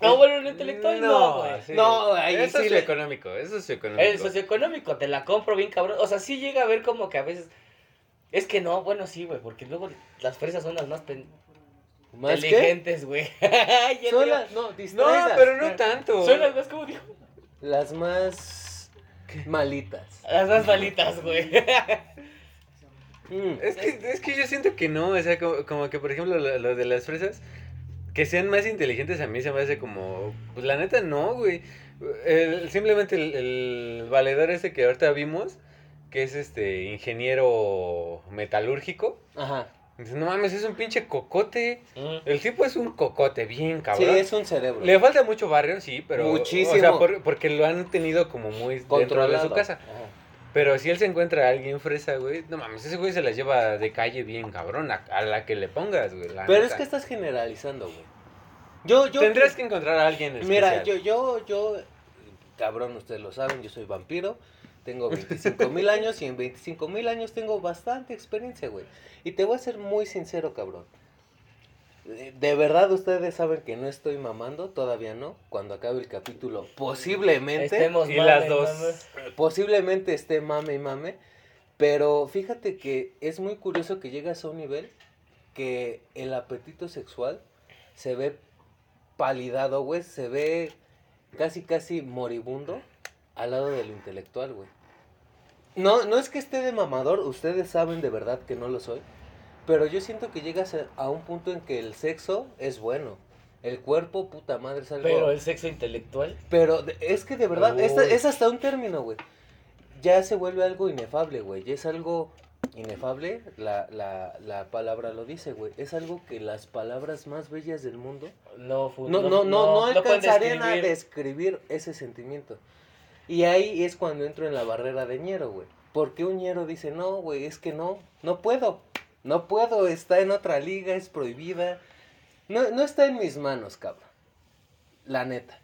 [SPEAKER 2] No, bueno, el intelectual no, güey.
[SPEAKER 3] Ah, sí.
[SPEAKER 1] No, ahí
[SPEAKER 3] es
[SPEAKER 1] sí le-
[SPEAKER 3] socioeconómico, es socioeconómico.
[SPEAKER 2] El socioeconómico, te la compro bien cabrón. O sea, sí llega a ver como que a veces. Es que no, bueno, sí, güey, porque luego las fresas son las más pen-
[SPEAKER 1] ¿Más qué?
[SPEAKER 2] inteligentes, güey. Ay, ya
[SPEAKER 1] Son
[SPEAKER 2] digo,
[SPEAKER 1] las, no,
[SPEAKER 3] No,
[SPEAKER 1] distraídas.
[SPEAKER 3] pero no tanto.
[SPEAKER 2] son las más, como dijo,
[SPEAKER 1] Las más malitas.
[SPEAKER 2] las más malitas, güey.
[SPEAKER 1] Mm.
[SPEAKER 3] Es que, es que yo siento que no, o sea, como, como que por ejemplo lo, lo de las fresas, que sean más inteligentes a mí se me hace como, pues la neta no, güey. El- simplemente el, el valedor ese que ahorita vimos, que es este ingeniero metalúrgico,
[SPEAKER 1] Ajá.
[SPEAKER 3] dice, no mames, es un pinche cocote.
[SPEAKER 1] Este,
[SPEAKER 2] Mm.
[SPEAKER 3] El tipo es un cocote, bien
[SPEAKER 1] Sí,
[SPEAKER 3] cabrón.
[SPEAKER 1] es un cerebro.
[SPEAKER 3] Le falta mucho barrio, sí, pero...
[SPEAKER 1] Muchísimo.
[SPEAKER 3] O sea, por- porque lo han tenido como muy dentro de
[SPEAKER 1] Controlado.
[SPEAKER 3] su casa.
[SPEAKER 1] Ajá.
[SPEAKER 3] Pero si él se encuentra a alguien fresa, güey, no mames, ese güey se la lleva de calle bien cabrón, a, a la que le pongas, güey. la
[SPEAKER 1] Pero
[SPEAKER 3] neta.
[SPEAKER 1] es que estás generalizando, güey. Yo, yo.
[SPEAKER 3] Tendrás que encontrar a alguien especial.
[SPEAKER 1] Mira, yo, yo, yo. Cabrón, ustedes lo saben, yo soy vampiro. Tengo 25 mil años y en 25 mil años tengo bastante experiencia, güey. Y te voy a ser muy sincero, cabrón. De de verdad, ustedes saben que no estoy mamando, todavía no. Cuando acabe el capítulo, posiblemente.
[SPEAKER 2] Estemos
[SPEAKER 3] Y
[SPEAKER 2] mal,
[SPEAKER 3] las
[SPEAKER 2] güey,
[SPEAKER 3] dos.
[SPEAKER 2] no, no.
[SPEAKER 1] posiblemente esté mame y mame, pero fíjate que es muy curioso que llegas a un nivel que el apetito sexual se ve palidado, güey, se ve casi casi moribundo al lado del intelectual, güey. No, no es que esté de mamador, ustedes saben de verdad que no lo soy, pero yo siento que llegas a, a un punto en que el sexo es bueno. El cuerpo, puta madre, es algo...
[SPEAKER 2] Pero el sexo intelectual.
[SPEAKER 1] Pero de- es que de verdad, esta-
[SPEAKER 2] Uy.
[SPEAKER 1] es hasta un término, güey. Ya se vuelve algo inefable, güey. Ya es algo inefable, la, la, la palabra lo dice, güey. Es algo que las palabras más bellas del mundo
[SPEAKER 2] No, fu-
[SPEAKER 1] no, no, no, no,
[SPEAKER 2] pueden
[SPEAKER 1] alcanzarían a
[SPEAKER 2] describir.
[SPEAKER 1] describir ese sentimiento. Y ahí es cuando entro en la barrera de ñero, güey. Porque un ñero dice, no, güey, es que no, no puedo. No puedo, está en otra liga, es prohibida. No, no está en mis manos, cabrón. La neta.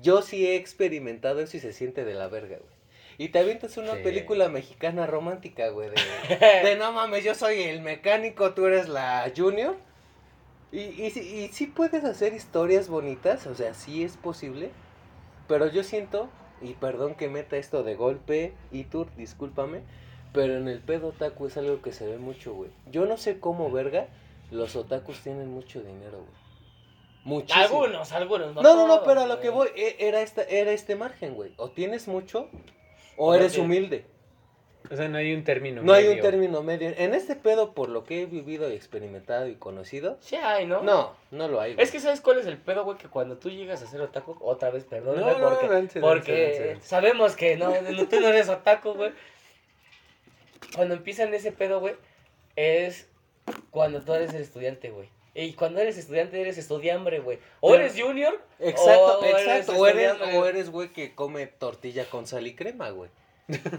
[SPEAKER 1] Yo sí he experimentado eso y se siente de la verga, güey. Y te avientas una
[SPEAKER 3] Sí.
[SPEAKER 1] película mexicana romántica, güey. De, de no mames, yo soy el mecánico, tú eres la junior. Y, y, sí- y sí puedes hacer historias bonitas, o sea, sí es posible. Pero yo siento, y perdón que meta esto de golpe, y tú, discúlpame, pero en el pedo otaku es algo que se ve mucho, güey. Yo no sé cómo, verga, los otakus tienen mucho dinero, güey. Muchísimo.
[SPEAKER 2] Algunos, algunos.
[SPEAKER 1] No, no, no,
[SPEAKER 2] todos,
[SPEAKER 1] pero a lo que
[SPEAKER 2] güey.
[SPEAKER 1] voy e- era, esta, era este margen, güey. O tienes mucho o
[SPEAKER 2] No
[SPEAKER 1] eres
[SPEAKER 2] tienes.
[SPEAKER 1] humilde.
[SPEAKER 3] O sea, no hay un término.
[SPEAKER 1] No hay un
[SPEAKER 3] medio.
[SPEAKER 1] término medio. En este pedo, por lo que he vivido, y experimentado y conocido,
[SPEAKER 2] Sí hay, ¿no?
[SPEAKER 1] no, no lo hay. güey.
[SPEAKER 2] Es que ¿sabes cuál es el pedo, güey? Que cuando tú llegas a ser otaku, otra vez, perdón,
[SPEAKER 3] No,
[SPEAKER 2] güey,
[SPEAKER 3] no,
[SPEAKER 2] porque,
[SPEAKER 3] no, lance,
[SPEAKER 2] porque
[SPEAKER 3] lance, lance.
[SPEAKER 2] sabemos que no, no, tú no eres otaku, güey. Cuando empiezan ese pedo, güey, es cuando tú eres el estudiante, güey. Y cuando eres estudiante, eres estudiambre, güey. O
[SPEAKER 1] Pero-
[SPEAKER 2] eres junior.
[SPEAKER 1] Exacto,
[SPEAKER 2] o eres
[SPEAKER 1] exacto. O eres,
[SPEAKER 2] estudiante.
[SPEAKER 1] o eres, güey, que come tortilla con sal y crema, güey.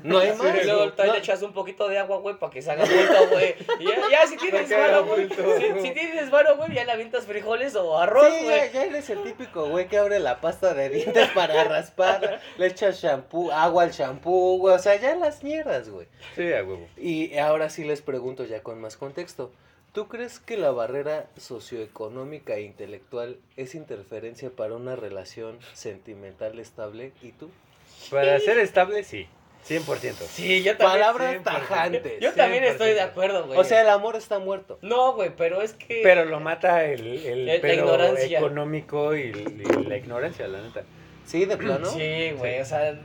[SPEAKER 1] No hay
[SPEAKER 2] Sí,
[SPEAKER 1] más.
[SPEAKER 2] y luego tal
[SPEAKER 1] no-
[SPEAKER 2] le echas un poquito de agua, güey, para que salga bulto, güey. Y Ya, ya, si tienes
[SPEAKER 3] que haga
[SPEAKER 2] varo, güey.
[SPEAKER 3] bulto.
[SPEAKER 2] Si, si tienes varo, güey, ya le avientas frijoles o arroz,
[SPEAKER 1] Sí,
[SPEAKER 2] güey.
[SPEAKER 1] ya, ya eres el típico güey que abre la pasta de dientes para raspar, le echa shampoo, agua al shampoo, güey, o sea, ya las mierdas, güey.
[SPEAKER 3] Sí, a huevo.
[SPEAKER 1] Y ahora sí les pregunto ya con más contexto. ¿Tú crees que la barrera socioeconómica e intelectual es interferencia para una relación sentimental estable? ¿Y tú?
[SPEAKER 3] Para ser estable, sí. 100%.
[SPEAKER 2] Sí, yo también.
[SPEAKER 1] Palabras
[SPEAKER 3] 100%.
[SPEAKER 1] tajantes.
[SPEAKER 2] Yo también
[SPEAKER 3] 100%.
[SPEAKER 2] estoy de acuerdo, güey.
[SPEAKER 1] O sea, el amor está muerto.
[SPEAKER 2] No, güey, pero es que.
[SPEAKER 3] Pero lo mata el, el
[SPEAKER 2] La- la
[SPEAKER 3] pedo
[SPEAKER 2] ignorancia.
[SPEAKER 3] económico y, y la ignorancia, la neta.
[SPEAKER 1] ¿Sí, de plano?
[SPEAKER 2] Sí, güey, o sea.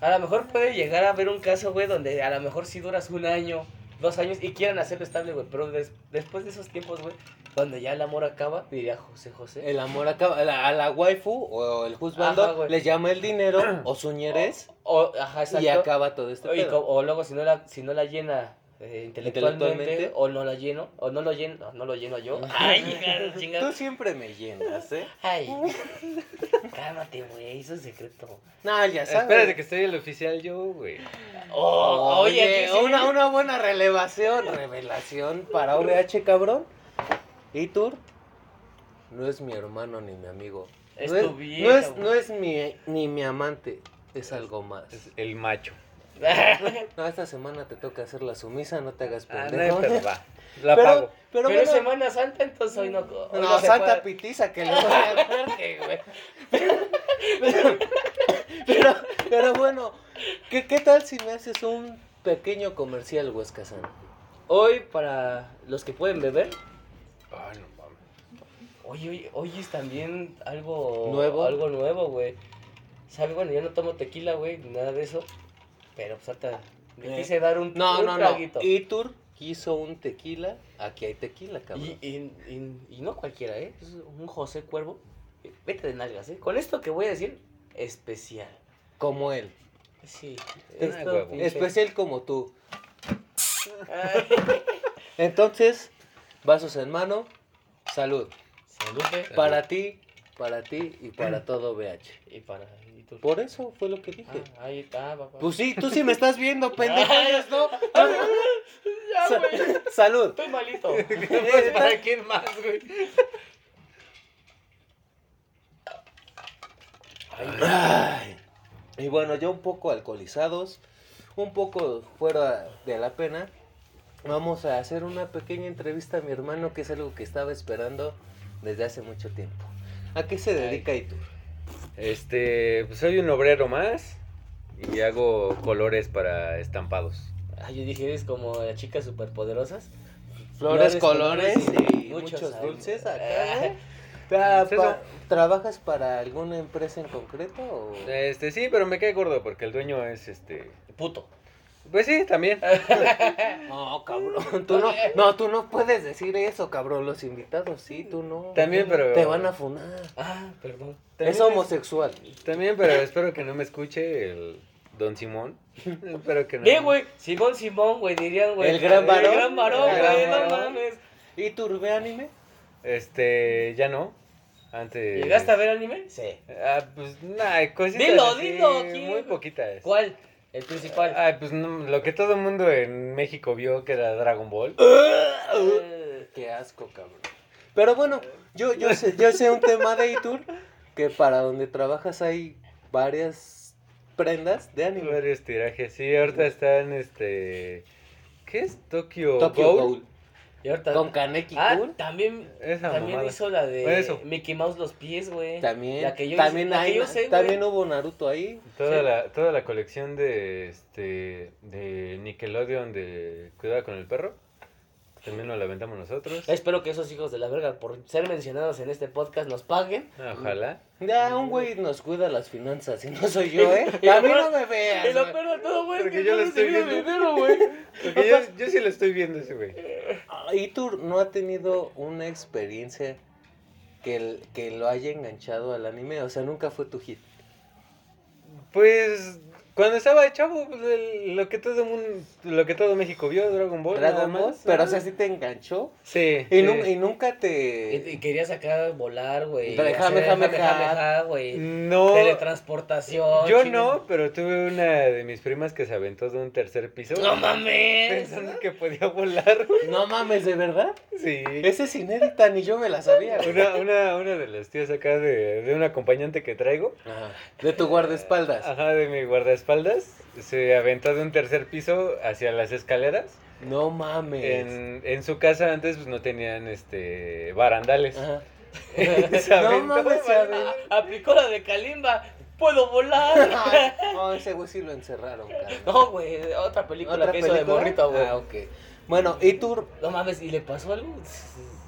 [SPEAKER 2] A lo mejor puede llegar a haber un caso, güey, donde a lo mejor sí duras un año. dos años y quieran hacerlo estable, güey. Pero des- después de esos tiempos, güey, cuando ya el amor acaba, diría José José.
[SPEAKER 1] El amor acaba. a la- a la waifu o el
[SPEAKER 2] Ajá,
[SPEAKER 1] juzgando
[SPEAKER 2] güey.
[SPEAKER 1] les llama el dinero o su ñerez
[SPEAKER 2] O, ajá, exacto.
[SPEAKER 1] y acaba todo este
[SPEAKER 2] O- y co-
[SPEAKER 1] pedo.
[SPEAKER 2] o luego si no la, si no la llena eh, intelectualmente,
[SPEAKER 1] Intelectualmente.
[SPEAKER 2] o no la lleno, o no lo lleno, no, no lo lleno yo.
[SPEAKER 1] Ajá.
[SPEAKER 2] Ay, hija,
[SPEAKER 1] Tú
[SPEAKER 2] chingada.
[SPEAKER 1] siempre me llenas, ¿eh?
[SPEAKER 2] Ay. Cálmate, güey, eso es secreto.
[SPEAKER 1] No, ya sabes.
[SPEAKER 3] Espérate que estoy el oficial yo, güey.
[SPEAKER 2] Oh,
[SPEAKER 1] Oye,
[SPEAKER 2] oye, aquí sí.
[SPEAKER 1] una, una buena relevación, revelación para OVH, cabrón. ¿Y Tur? No es mi hermano ni mi amigo.
[SPEAKER 2] Es
[SPEAKER 1] no es,
[SPEAKER 2] tu vieja,
[SPEAKER 1] no es,
[SPEAKER 2] güey.
[SPEAKER 1] no es mi, ni mi amante, es algo más.
[SPEAKER 3] Es el macho.
[SPEAKER 1] No, esta semana te toca hacer la sumisa, no te hagas
[SPEAKER 3] Ah,
[SPEAKER 1] pendejo.
[SPEAKER 3] no, hay pedo, va. La
[SPEAKER 1] pero,
[SPEAKER 3] pago.
[SPEAKER 1] pero
[SPEAKER 2] Pero,
[SPEAKER 1] bueno,
[SPEAKER 2] es Semana Santa, entonces hoy no. hoy
[SPEAKER 1] No,
[SPEAKER 2] se
[SPEAKER 1] Santa
[SPEAKER 2] puede.
[SPEAKER 1] Pitiza que le voy a dar que, güey. Pero, pero, pero bueno, ¿qué, ¿qué tal si me haces un pequeño comercial, Huescazán?
[SPEAKER 2] Hoy, para los que pueden beber,
[SPEAKER 3] Ah, no mames.
[SPEAKER 2] hoy, hoy, hoy es también algo
[SPEAKER 1] ¿Nuevo?
[SPEAKER 2] Algo nuevo, güey. ¿Sabes? Bueno, yo no tomo tequila, güey, ni nada de eso. Pero, pues, ahorita me
[SPEAKER 1] Eh,
[SPEAKER 2] quise dar un,
[SPEAKER 1] No,
[SPEAKER 2] un
[SPEAKER 1] no, no.
[SPEAKER 2] traguito.
[SPEAKER 1] Itur quiso un tequila. Aquí hay tequila,
[SPEAKER 2] Y,
[SPEAKER 1] cabrón.
[SPEAKER 2] y- y- y no cualquiera, ¿eh? Es un José Cuervo. Vete de nalgas, ¿eh? Con esto que voy a decir, especial.
[SPEAKER 1] Como él.
[SPEAKER 2] Sí.
[SPEAKER 3] Es- huevo.
[SPEAKER 2] pinche-
[SPEAKER 1] Especial como tú.
[SPEAKER 2] Ay.
[SPEAKER 1] Entonces, vasos en mano. Salud.
[SPEAKER 2] Salud, ¿eh? güey.
[SPEAKER 1] Para ti, para ti y para todo BH.
[SPEAKER 2] Y para. Y tú.
[SPEAKER 1] Por eso fue lo que dije.
[SPEAKER 2] Ah, ahí está, papá.
[SPEAKER 1] Pues sí, tú sí me estás viendo, pendejo.
[SPEAKER 2] Ay.
[SPEAKER 1] ellas ¿no?
[SPEAKER 2] ya,
[SPEAKER 1] Sa-
[SPEAKER 2] güey.
[SPEAKER 1] Salud.
[SPEAKER 2] Estoy malito.
[SPEAKER 3] Pues, ¿Para quién más, güey?
[SPEAKER 1] Ay. Y bueno, ya un poco alcoholizados, un poco fuera de la pena, vamos a hacer una pequeña entrevista a mi hermano, que es algo que estaba esperando desde hace mucho tiempo. ¿A qué se dedica Itur?
[SPEAKER 3] Este, pues soy un obrero más y hago colores para estampados.
[SPEAKER 2] Ah, yo dije, eres como las chicas superpoderosas.
[SPEAKER 1] Flores,
[SPEAKER 2] Flores,
[SPEAKER 1] colores
[SPEAKER 2] colores
[SPEAKER 1] y
[SPEAKER 2] y
[SPEAKER 1] muchos,
[SPEAKER 2] muchos
[SPEAKER 1] dulces
[SPEAKER 2] sabores.
[SPEAKER 1] acá, ¿eh? Pa-
[SPEAKER 3] Pues
[SPEAKER 1] pa- ¿Trabajas para alguna empresa en concreto? o?
[SPEAKER 3] Este, sí, pero me cae gordo porque el dueño es este.
[SPEAKER 2] Puto.
[SPEAKER 3] Pues sí, también.
[SPEAKER 1] No, cabrón, tú no, no, tú no puedes decir eso, cabrón, los invitados, sí, tú no.
[SPEAKER 3] También, pero.
[SPEAKER 1] Te van a funar.
[SPEAKER 2] Ah, perdón.
[SPEAKER 3] También
[SPEAKER 1] es homosexual.
[SPEAKER 3] También, pero espero que no me escuche el Don Simón. espero que no.
[SPEAKER 2] Bien, güey. Simón, Simón, güey, dirían, güey.
[SPEAKER 1] El gran varón.
[SPEAKER 2] El gran varón,
[SPEAKER 3] El gran
[SPEAKER 2] güey. No
[SPEAKER 3] varón.
[SPEAKER 2] mames.
[SPEAKER 1] ¿Y turbe anime?
[SPEAKER 3] Este, ya no. Antes.
[SPEAKER 2] ¿Llegaste a ver anime? Sí.
[SPEAKER 3] Ah, pues nada, cositas.
[SPEAKER 2] Dilo,
[SPEAKER 3] así,
[SPEAKER 2] dilo, ¿quién?
[SPEAKER 3] Muy poquitas.
[SPEAKER 2] ¿Cuál? El principal.
[SPEAKER 3] Ah, pues no, lo que todo el mundo en México vio que era Dragon Ball.
[SPEAKER 2] Eh,
[SPEAKER 1] Qué asco, cabrón. Pero bueno, yo, yo, sé, yo sé un tema de Itur que para donde trabajas hay varias prendas de
[SPEAKER 3] Hay
[SPEAKER 1] anime.
[SPEAKER 3] varios tirajes. Sí, ahorita están este. ¿Qué es Tokyo,
[SPEAKER 1] Tokyo
[SPEAKER 3] Ghoul?
[SPEAKER 1] Ghoul.
[SPEAKER 2] y ahorita.
[SPEAKER 1] Con Kaneki
[SPEAKER 2] ah,
[SPEAKER 1] Kun.
[SPEAKER 2] también.
[SPEAKER 3] Esa
[SPEAKER 2] También
[SPEAKER 3] mamada.
[SPEAKER 2] hizo la de
[SPEAKER 3] Eso.
[SPEAKER 2] Mickey Mouse los pies, güey.
[SPEAKER 1] También,
[SPEAKER 2] la que yo
[SPEAKER 1] también,
[SPEAKER 2] hice- la
[SPEAKER 1] hay-
[SPEAKER 2] que yo sé, güey.
[SPEAKER 1] también hubo Naruto ahí.
[SPEAKER 3] Toda,
[SPEAKER 2] Sí.
[SPEAKER 3] la, toda la colección de este de Nickelodeon de Cuidado con el perro. También nos la aventamos nosotros.
[SPEAKER 1] Eh.
[SPEAKER 2] Espero que esos hijos de la verga, por ser mencionados en este podcast, nos paguen.
[SPEAKER 3] Ojalá.
[SPEAKER 1] Ya,
[SPEAKER 2] Mm.
[SPEAKER 1] un güey nos cuida las finanzas y no soy yo, ¿eh? A mí no me veas.
[SPEAKER 2] Y lo peor de todo, güey, es
[SPEAKER 3] Porque
[SPEAKER 2] que
[SPEAKER 3] yo
[SPEAKER 2] yo
[SPEAKER 3] lo
[SPEAKER 2] no
[SPEAKER 3] estoy
[SPEAKER 2] recibí
[SPEAKER 3] viendo.
[SPEAKER 2] dinero, güey.
[SPEAKER 3] Porque yo, yo sí lo estoy viendo ese güey.
[SPEAKER 1] Ah, Itur no ha tenido una experiencia que, el- que lo haya enganchado al anime. O sea, nunca fue tu hit.
[SPEAKER 3] Pues cuando estaba chavo, pues, el- lo que todo mundo, lo que todo México vio, Dragon Ball. nada
[SPEAKER 1] Dragon Ball,
[SPEAKER 3] más.
[SPEAKER 1] pero o sea, sí te enganchó.
[SPEAKER 3] Sí.
[SPEAKER 1] Y,
[SPEAKER 3] sí.
[SPEAKER 1] nu- y nunca
[SPEAKER 2] Y,
[SPEAKER 1] te.
[SPEAKER 2] y quería sacar volar, güey.
[SPEAKER 1] Pero
[SPEAKER 2] hacer
[SPEAKER 1] jame, jame,
[SPEAKER 2] jame, jame, ja, güey.
[SPEAKER 3] No.
[SPEAKER 2] Teletransportación.
[SPEAKER 3] Yo
[SPEAKER 2] chinga.
[SPEAKER 3] no, pero tuve una de mis primas que se aventó de un tercer piso.
[SPEAKER 2] No mames.
[SPEAKER 3] Pensando que podía volar.
[SPEAKER 1] No mames, ¿de verdad?
[SPEAKER 3] Sí.
[SPEAKER 1] Esa es inédita, ni yo me la sabía. güey.
[SPEAKER 3] Una, una, una de las tías acá de, de un acompañante que traigo,
[SPEAKER 1] Ajá, Ah. De tu guardaespaldas.
[SPEAKER 3] ajá, de mi guardaespaldas, se aventó de un tercer piso hacia las escaleras.
[SPEAKER 1] No mames.
[SPEAKER 3] En, en su casa antes pues no tenían este barandales.
[SPEAKER 1] Ajá.
[SPEAKER 3] Se
[SPEAKER 1] No mames, se
[SPEAKER 3] vale.
[SPEAKER 1] aventó.
[SPEAKER 2] Aplicó la de Kalimba. Puedo volar.
[SPEAKER 1] Ay, No, ese güey sí lo encerraron, carnal.
[SPEAKER 2] no, güey. Otra película que hizo de
[SPEAKER 1] película?
[SPEAKER 2] morrito, güey.
[SPEAKER 1] Ah, ok. Bueno, y tú,
[SPEAKER 2] No mames, ¿y le pasó algo?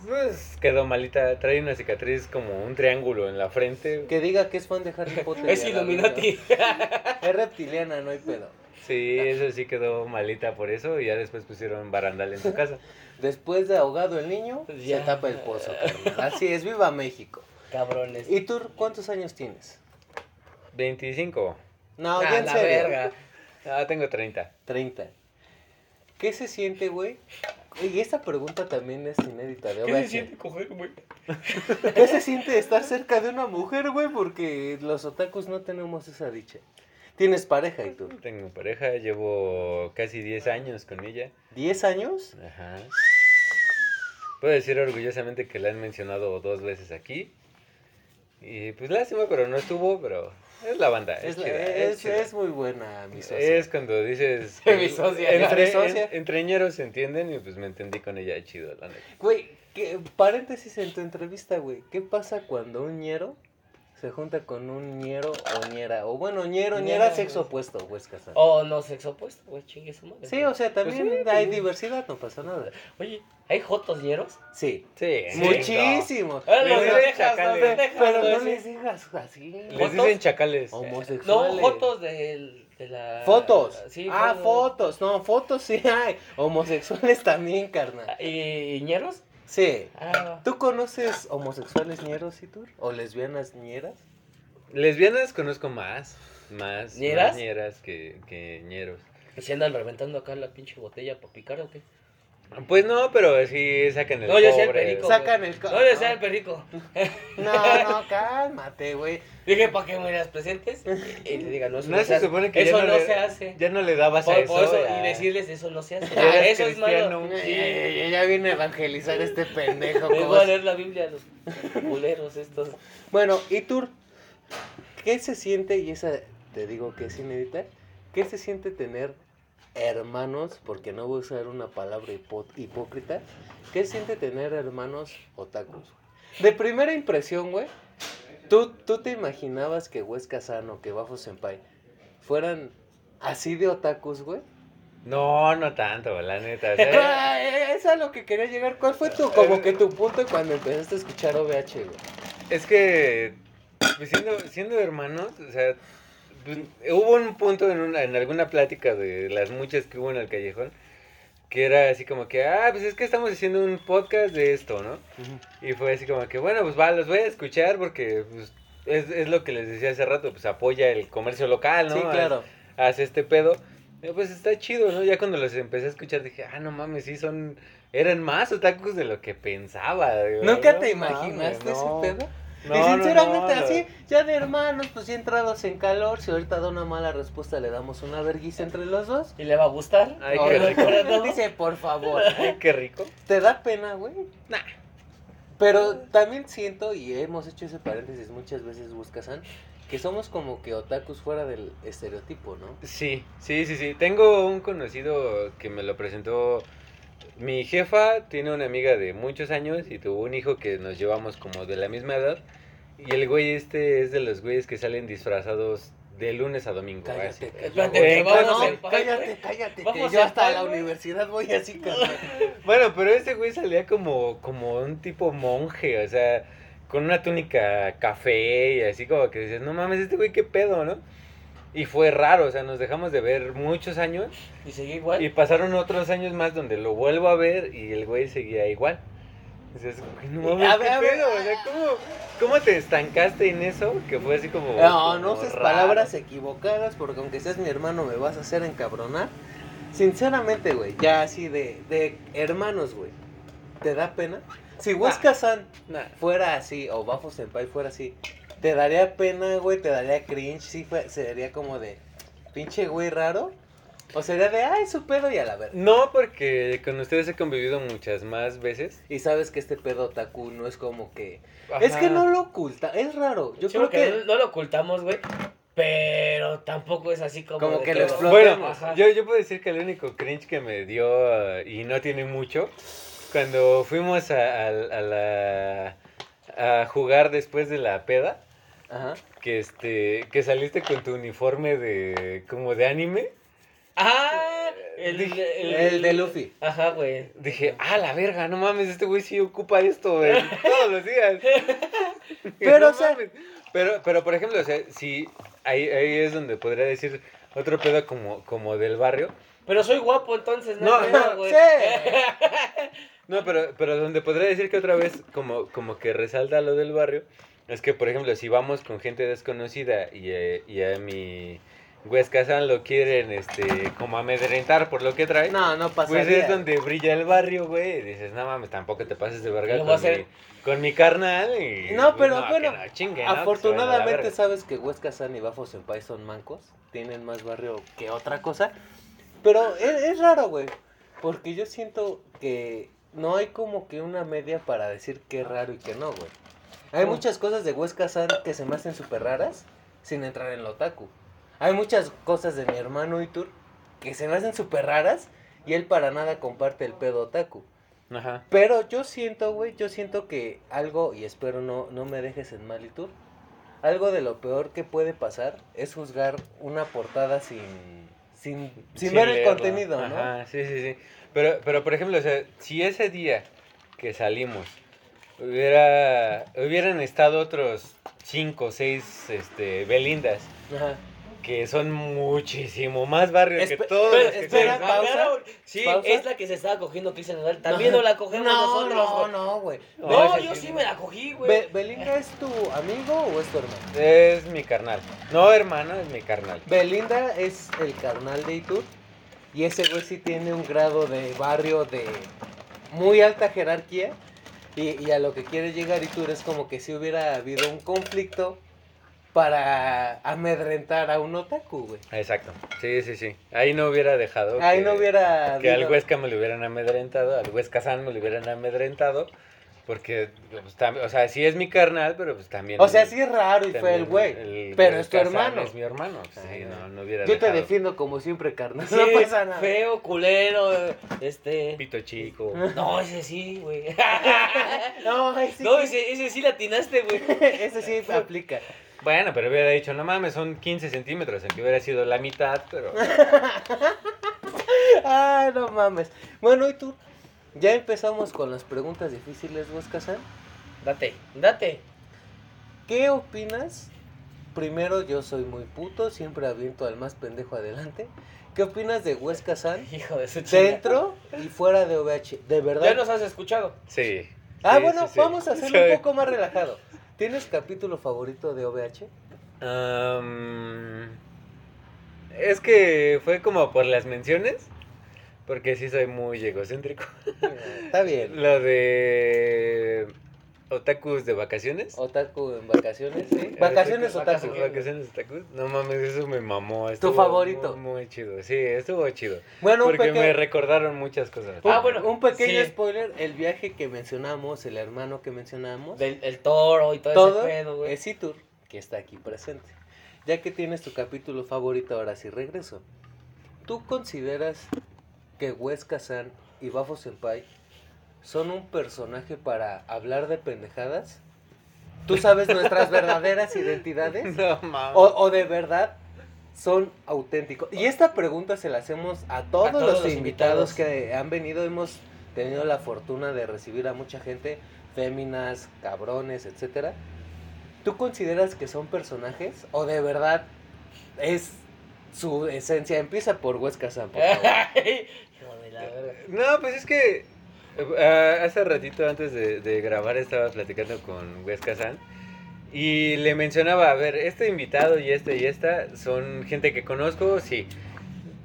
[SPEAKER 3] Pues quedó malita, trae una cicatriz como un triángulo en la frente.
[SPEAKER 1] que diga que es fan de Harry Potter.
[SPEAKER 2] Es
[SPEAKER 1] ya la
[SPEAKER 2] Illuminati.
[SPEAKER 1] verdad. Es reptiliana, no hay pedo.
[SPEAKER 3] Sí, eso sí quedó malita por eso y ya después pusieron barandal en su casa.
[SPEAKER 1] Después de ahogado el niño, se
[SPEAKER 2] Ya.
[SPEAKER 1] tapa el pozo, carnal. Así es, viva México.
[SPEAKER 2] Cabrones.
[SPEAKER 1] ¿Y tú cuántos años tienes?
[SPEAKER 3] 25.
[SPEAKER 1] No,
[SPEAKER 2] Ah,
[SPEAKER 1] ya en
[SPEAKER 2] la
[SPEAKER 1] serio.
[SPEAKER 2] verga.
[SPEAKER 3] Ah, tengo 30.
[SPEAKER 1] 30. ¿Qué se siente, güey? Y esta pregunta también es inédita de
[SPEAKER 2] ¿Qué se
[SPEAKER 1] OVH.
[SPEAKER 2] siente coger, güey?
[SPEAKER 1] ¿Qué se siente estar cerca de una mujer, güey? Porque los otakus no tenemos esa dicha. Tienes pareja y tú.
[SPEAKER 3] Tengo pareja, llevo casi 10 años con ella.
[SPEAKER 1] ¿10 años?
[SPEAKER 3] Ajá. Puedo decir orgullosamente que la han mencionado dos veces aquí. Y pues lástima, pero no estuvo, pero es la banda. Es,
[SPEAKER 1] Es, la-
[SPEAKER 3] chida,
[SPEAKER 1] es-
[SPEAKER 3] es, chida.
[SPEAKER 1] es muy buena, mi socia.
[SPEAKER 3] Es cuando dices...
[SPEAKER 2] Mi socia.
[SPEAKER 3] Entre,
[SPEAKER 1] Mi socia.
[SPEAKER 3] en- entreñeros se entienden y pues me entendí con ella chido, la neta.
[SPEAKER 1] Güey, que- paréntesis en tu entrevista, güey. ¿Qué pasa cuando un ñero se junta con un ñero o ñera? O bueno, ñero, ñera,
[SPEAKER 2] Ñera,
[SPEAKER 1] sexo
[SPEAKER 2] güey.
[SPEAKER 1] opuesto, güey, es casado.
[SPEAKER 2] Oh, no, sexo opuesto, güey, chingue su madre.
[SPEAKER 1] Sí, o sea, también
[SPEAKER 3] Pues sí,
[SPEAKER 1] hay
[SPEAKER 3] también.
[SPEAKER 1] diversidad, no pasa nada.
[SPEAKER 2] Oye, ¿hay jotos hieros?
[SPEAKER 1] Sí.
[SPEAKER 3] Sí.
[SPEAKER 1] Muchísimos.
[SPEAKER 2] Eh,
[SPEAKER 1] Pero,
[SPEAKER 2] los
[SPEAKER 3] Me dicen
[SPEAKER 2] dejas, los
[SPEAKER 3] chacales.
[SPEAKER 2] dejas,
[SPEAKER 1] pero no
[SPEAKER 2] güey,
[SPEAKER 1] les
[SPEAKER 2] sí.
[SPEAKER 1] digas así.
[SPEAKER 3] Les
[SPEAKER 2] ¿Jotos?
[SPEAKER 3] dicen chacales.
[SPEAKER 1] Oh, Homosexuales.
[SPEAKER 2] No, jotos del- de, la...
[SPEAKER 1] Fotos.
[SPEAKER 2] Sí,
[SPEAKER 1] ah, fotos. No, fotos sí hay. Homosexuales también, carnal.
[SPEAKER 2] ¿Y ñeros?
[SPEAKER 1] Sí.
[SPEAKER 2] Ah,
[SPEAKER 1] ¿Tú conoces homosexuales ñeros y tú? ¿O lesbianas ñeras?
[SPEAKER 3] Lesbianas conozco más. Más.
[SPEAKER 2] ¿Ñeras?
[SPEAKER 3] más ñeras que, que ñeros.
[SPEAKER 2] ¿y se andan reventando acá la pinche botella para picar o qué?
[SPEAKER 3] Pues no, pero sí sacan el
[SPEAKER 2] No, yo sí el
[SPEAKER 3] cobre.
[SPEAKER 2] perico.
[SPEAKER 3] Sa-
[SPEAKER 1] Sacan el... co-
[SPEAKER 2] No, yo sea el perrico.
[SPEAKER 1] No, no, cálmate, güey.
[SPEAKER 2] Dije, ¿para que me las presentes? Y y le digan, no, eso
[SPEAKER 3] No,
[SPEAKER 2] no,
[SPEAKER 3] se
[SPEAKER 2] hace.
[SPEAKER 3] supone que
[SPEAKER 2] Eso
[SPEAKER 3] ya
[SPEAKER 2] no,
[SPEAKER 3] no le-
[SPEAKER 2] se hace.
[SPEAKER 3] Ya no le dabas a
[SPEAKER 2] Por,
[SPEAKER 3] eso.
[SPEAKER 2] por eso,
[SPEAKER 3] ya.
[SPEAKER 2] y decirles, eso no se hace.
[SPEAKER 3] Ya
[SPEAKER 2] Ah,
[SPEAKER 3] eres
[SPEAKER 2] eso es malo.
[SPEAKER 3] cristiano.
[SPEAKER 2] Sí.
[SPEAKER 1] Ella viene a evangelizar este pendejo.
[SPEAKER 2] Les
[SPEAKER 1] como-
[SPEAKER 2] voy a leer la Biblia a los culeros estos.
[SPEAKER 1] Bueno, y tú, ¿qué se siente? Y esa te digo que es inédita. ¿Qué se siente tener hermanos? Porque no voy a usar una palabra hipo- hipócrita. ¿Qué se siente tener hermanos otakus? De primera impresión, güey. ¿Tú, ¿Tú te imaginabas que Huesca Sano, que Bafo Senpai, fueran así de otakus, güey?
[SPEAKER 3] No, no tanto, la neta. o sea,
[SPEAKER 1] Ah, eh, Es a lo que quería llegar. ¿Cuál fue tu, como que tu punto cuando empezaste a escuchar OVH, güey?
[SPEAKER 3] es que pues, siendo, siendo hermanos, o sea, pues, hubo un punto en, una, en alguna plática de las muchas que hubo en el callejón que era así como que, ah, pues es que estamos haciendo un podcast de esto, ¿no? Y fue así como que, bueno, pues va, los voy a escuchar porque pues, es, es lo que les decía hace rato, pues apoya el comercio local, ¿no?
[SPEAKER 1] Sí, claro.
[SPEAKER 3] hace este pedo. eh, Pues está chido, ¿no? Ya cuando los empecé a escuchar dije, ah, no mames, sí son... Eran más otakus de lo que pensaba. digo,
[SPEAKER 1] ¿Nunca
[SPEAKER 3] no
[SPEAKER 1] te
[SPEAKER 3] mames,
[SPEAKER 1] imaginaste
[SPEAKER 3] no.
[SPEAKER 1] ese pedo?
[SPEAKER 3] No,
[SPEAKER 1] y
[SPEAKER 3] no,
[SPEAKER 1] sinceramente
[SPEAKER 3] no, no.
[SPEAKER 1] así, ya de hermanos, pues ya entrados en calor, si ahorita da una mala respuesta le damos una verguisa entre los dos.
[SPEAKER 2] ¿Y le va a gustar?
[SPEAKER 3] Ay,
[SPEAKER 1] Ahora,
[SPEAKER 3] qué rico.
[SPEAKER 1] él dice, por favor,
[SPEAKER 3] Ay, qué rico.
[SPEAKER 1] ¿te da pena, güey?
[SPEAKER 3] Nah.
[SPEAKER 1] Pero también siento, y hemos hecho ese paréntesis muchas veces, Buscasan, que somos como que otakus fuera del estereotipo, ¿no?
[SPEAKER 3] Sí, sí, sí, sí. Tengo un conocido que me lo presentó. Mi jefa tiene una amiga de muchos años y tuvo un hijo que nos llevamos como de la misma edad. Y el güey este es de los güeyes que salen disfrazados de lunes a domingo. así.
[SPEAKER 1] Cállate, cállate.
[SPEAKER 2] Espérate,
[SPEAKER 3] que
[SPEAKER 1] No,
[SPEAKER 3] vamos
[SPEAKER 1] no,
[SPEAKER 3] en
[SPEAKER 2] paz,
[SPEAKER 1] cállate,
[SPEAKER 2] güey.
[SPEAKER 1] cállate, que
[SPEAKER 2] Vamos
[SPEAKER 1] yo
[SPEAKER 2] en
[SPEAKER 1] hasta
[SPEAKER 2] paz,
[SPEAKER 1] la
[SPEAKER 2] güey.
[SPEAKER 1] universidad voy así, carnal.
[SPEAKER 3] Bueno, pero ese güey salía como, como un tipo monje, o sea, con una túnica café y así como que dices, no mames, este güey qué pedo, ¿no? Y fue raro, o sea, nos dejamos de ver muchos años
[SPEAKER 2] Y seguí igual.
[SPEAKER 3] y pasaron otros años más donde lo vuelvo a ver y el güey seguía igual. Dices, güey, no mames,
[SPEAKER 1] A
[SPEAKER 3] qué
[SPEAKER 1] ver, a ver.
[SPEAKER 3] pedo, o sea, ¿cómo, ¿cómo te estancaste en eso? Que fue así como...
[SPEAKER 1] No,
[SPEAKER 3] como
[SPEAKER 1] no uses
[SPEAKER 3] raro.
[SPEAKER 1] palabras equivocadas porque aunque seas mi hermano me vas a hacer encabronar. Sinceramente, güey, ya así de, de hermanos, güey. ¿Te da pena? Si Huesca San
[SPEAKER 3] Nah.
[SPEAKER 1] fuera así o Bafo Senpai fuera así, ¿te daría pena, güey? ¿Te daría cringe? Sí, fue- sería como de pinche güey raro. O sería de, ay, su pedo y a la verga.
[SPEAKER 3] No, porque con ustedes he convivido muchas más veces.
[SPEAKER 1] Y sabes que este pedo Taku no es como que... Es que
[SPEAKER 3] Ajá.
[SPEAKER 1] no lo oculta, es raro. Yo
[SPEAKER 2] Sí,
[SPEAKER 1] creo
[SPEAKER 2] porque
[SPEAKER 1] que...
[SPEAKER 2] no, no lo ocultamos, güey. Pero tampoco es así como.
[SPEAKER 1] Como
[SPEAKER 2] de
[SPEAKER 1] que
[SPEAKER 2] que
[SPEAKER 1] lo
[SPEAKER 2] no-
[SPEAKER 1] explota.
[SPEAKER 3] Bueno,
[SPEAKER 2] Ajá.
[SPEAKER 3] yo, yo puedo decir que el único cringe que me dio, eh, y no tiene mucho, cuando fuimos a, a- a la- a jugar después de la peda,
[SPEAKER 1] Ajá.
[SPEAKER 3] que este que saliste con tu uniforme de como de anime,
[SPEAKER 2] Ah, el, el,
[SPEAKER 1] El de Luffy.
[SPEAKER 2] Ajá, güey.
[SPEAKER 3] dije, ah, la verga, no mames, este güey sí ocupa esto güey, todos los días. Dije,
[SPEAKER 1] Pero,
[SPEAKER 3] "No
[SPEAKER 1] o sea-
[SPEAKER 3] mames". pero, pero, por ejemplo, o sea, si ahí, ahí es donde podría decir, otro pedo como, como del barrio.
[SPEAKER 2] Pero soy guapo, entonces no,
[SPEAKER 3] No,
[SPEAKER 2] hay pedo, güey.
[SPEAKER 3] sí. No, pero, pero donde podría decir que otra vez como, como que resalta lo del barrio, es que, por ejemplo, si vamos con gente desconocida y, eh, y a mi Huescazán lo quieren este como amedrentar por lo que trae,
[SPEAKER 1] No, no pasa
[SPEAKER 3] pues es donde brilla el barrio, güey. y Dices, no mames, tampoco te pases de verga
[SPEAKER 2] Lo
[SPEAKER 3] con,
[SPEAKER 2] voy a hacer.
[SPEAKER 3] mi, con mi carnal. y-
[SPEAKER 1] No, pero
[SPEAKER 3] que
[SPEAKER 1] bueno,
[SPEAKER 3] no, chingue, ¿no?
[SPEAKER 1] Afortunadamente,
[SPEAKER 3] Que se vayan a la verga.
[SPEAKER 1] sabes que Huesca San y Bafo Senpai son mancos. Tienen más barrio que otra cosa. Pero es, es raro, güey. Porque yo siento que no hay como que una media para decir qué es raro y qué no, güey. Hay
[SPEAKER 2] Mm.
[SPEAKER 1] muchas cosas de Huesca San que se me hacen súper raras sin entrar en lo otaku. Hay muchas cosas de mi hermano Itur que se me hacen súper raras y él para nada comparte el pedo otaku.
[SPEAKER 3] Ajá.
[SPEAKER 1] Pero yo siento, güey, yo siento que algo, y espero no, no me dejes en mal, Itur, algo de lo peor que puede pasar es juzgar una portada sin, sin, sin, ver el
[SPEAKER 3] leerla.
[SPEAKER 1] contenido, ¿no?
[SPEAKER 3] Ajá, sí, sí, sí. Pero, pero por ejemplo, o sea, si ese día que salimos hubiera, hubieran estado otros cinco o seis este, Belindas,
[SPEAKER 1] Ajá.
[SPEAKER 3] que son muchísimo más barrios que
[SPEAKER 1] Espe-
[SPEAKER 3] todos.
[SPEAKER 1] pero-
[SPEAKER 3] los que
[SPEAKER 1] espera,
[SPEAKER 3] conocemos.
[SPEAKER 1] pausa.
[SPEAKER 2] Claro, Sí,
[SPEAKER 1] Pausa.
[SPEAKER 2] es la que se estaba cogiendo Cristian Nodal. También no, la cogemos
[SPEAKER 1] no,
[SPEAKER 2] nosotros.
[SPEAKER 1] No,
[SPEAKER 2] güey.
[SPEAKER 1] no, güey.
[SPEAKER 3] No,
[SPEAKER 2] No,
[SPEAKER 3] esa
[SPEAKER 2] yo
[SPEAKER 3] sí,
[SPEAKER 2] sí
[SPEAKER 3] no.
[SPEAKER 2] me la cogí, güey.
[SPEAKER 1] Be- ¿Belinda es tu amigo o es tu hermano?
[SPEAKER 3] Es mi carnal. No, hermano, es mi carnal.
[SPEAKER 1] Belinda es el carnal de Itur y ese güey sí tiene un grado de barrio de muy alta jerarquía y, y a lo que quiere llegar Itur es como que si hubiera habido un conflicto para amedrentar a un otaku, güey.
[SPEAKER 3] Exacto. Sí, sí, sí. Ahí no hubiera dejado.
[SPEAKER 1] Ahí
[SPEAKER 3] que-
[SPEAKER 1] no hubiera
[SPEAKER 3] Que al
[SPEAKER 1] habido-
[SPEAKER 3] Huesca me lo hubieran amedrentado, al Huesca San me lo hubieran amedrentado, porque, pues, tam- o sea, sí es mi carnal, pero pues también...
[SPEAKER 1] O sea, sí es raro y fue
[SPEAKER 3] también
[SPEAKER 1] el güey, pero es tu
[SPEAKER 3] Huesca San
[SPEAKER 1] hermano.
[SPEAKER 3] Es mi hermano, sí,
[SPEAKER 1] Ay,
[SPEAKER 3] no,
[SPEAKER 1] güey.
[SPEAKER 3] no hubiera
[SPEAKER 1] Yo te
[SPEAKER 3] dejado.
[SPEAKER 1] defiendo como siempre, carnal.
[SPEAKER 2] Sí,
[SPEAKER 1] no pasa nada.
[SPEAKER 2] Feo, culero, eh, este.
[SPEAKER 3] Pito chico.
[SPEAKER 2] No, ese sí, güey.
[SPEAKER 1] No, ese,
[SPEAKER 2] No,
[SPEAKER 1] sí,
[SPEAKER 2] ese, ese sí la atinaste, güey.
[SPEAKER 1] ese sí aplica.
[SPEAKER 3] Bueno, pero hubiera dicho, no mames, son 15 centímetros, aunque hubiera sido la mitad, pero...
[SPEAKER 1] Ah, no mames. Bueno, y tú, ya empezamos con las preguntas difíciles, Huesca-san.
[SPEAKER 2] Date, date.
[SPEAKER 1] ¿Qué opinas? Primero, yo soy muy puto, siempre aviento al más pendejo adelante. ¿Qué opinas de Huesca San?
[SPEAKER 2] Hijo de su chica.
[SPEAKER 1] Dentro y fuera de OVH, ¿de
[SPEAKER 2] Ya
[SPEAKER 1] verdad?
[SPEAKER 2] nos has escuchado.
[SPEAKER 3] Sí.
[SPEAKER 1] Ah,
[SPEAKER 3] sí,
[SPEAKER 1] bueno,
[SPEAKER 3] sí, sí.
[SPEAKER 1] vamos a hacerlo
[SPEAKER 3] Soy-
[SPEAKER 1] un poco más relajado. ¿Tienes capítulo favorito de OVH?
[SPEAKER 3] Am, es que fue como por las menciones, porque sí soy muy egocéntrico.
[SPEAKER 1] Está bien.
[SPEAKER 3] Lo de otakus de vacaciones.
[SPEAKER 1] Otaku en vacaciones, ¿sí?
[SPEAKER 3] Eh,
[SPEAKER 1] Vacaciones
[SPEAKER 2] otaku.
[SPEAKER 1] otaku.
[SPEAKER 3] Vacaciones otakus. No mames, eso me mamó. estuvo
[SPEAKER 1] favorito?
[SPEAKER 3] Muy, muy chido, sí, estuvo chido.
[SPEAKER 1] Bueno, un
[SPEAKER 3] porque me
[SPEAKER 1] pequeño,
[SPEAKER 3] recordaron muchas cosas.
[SPEAKER 2] Ah, bueno.
[SPEAKER 1] un pequeño
[SPEAKER 2] sí.
[SPEAKER 1] spoiler, el viaje que mencionamos, el hermano que mencionamos,
[SPEAKER 2] Del el toro y todo,
[SPEAKER 1] todo
[SPEAKER 2] ese pedo, güey.
[SPEAKER 1] es Itur, que está aquí presente. Ya que tienes tu capítulo favorito, ahora sí regreso. ¿Tú consideras que Huesca-san y Bafo Senpai son un personaje para hablar de pendejadas? ¿Tú sabes nuestras verdaderas identidades?
[SPEAKER 3] No mames.
[SPEAKER 1] O, o de verdad son auténticos? Y esta pregunta se la hacemos a todos,
[SPEAKER 2] todos
[SPEAKER 1] los,
[SPEAKER 2] los
[SPEAKER 1] invitados,
[SPEAKER 2] invitados.
[SPEAKER 1] que han venido. Hemos tenido la fortuna de recibir a mucha gente, féminas, cabrones, etcétera. ¿Tú consideras que son personajes o de verdad es su esencia? Empieza por Huesca San, por favor.
[SPEAKER 2] Hijo de la verga.
[SPEAKER 3] No, pues es que eh, ah, hace ratito antes de, de grabar estaba platicando con Huesca San y le mencionaba, a ver, este invitado y este y esta son gente que conozco, sí.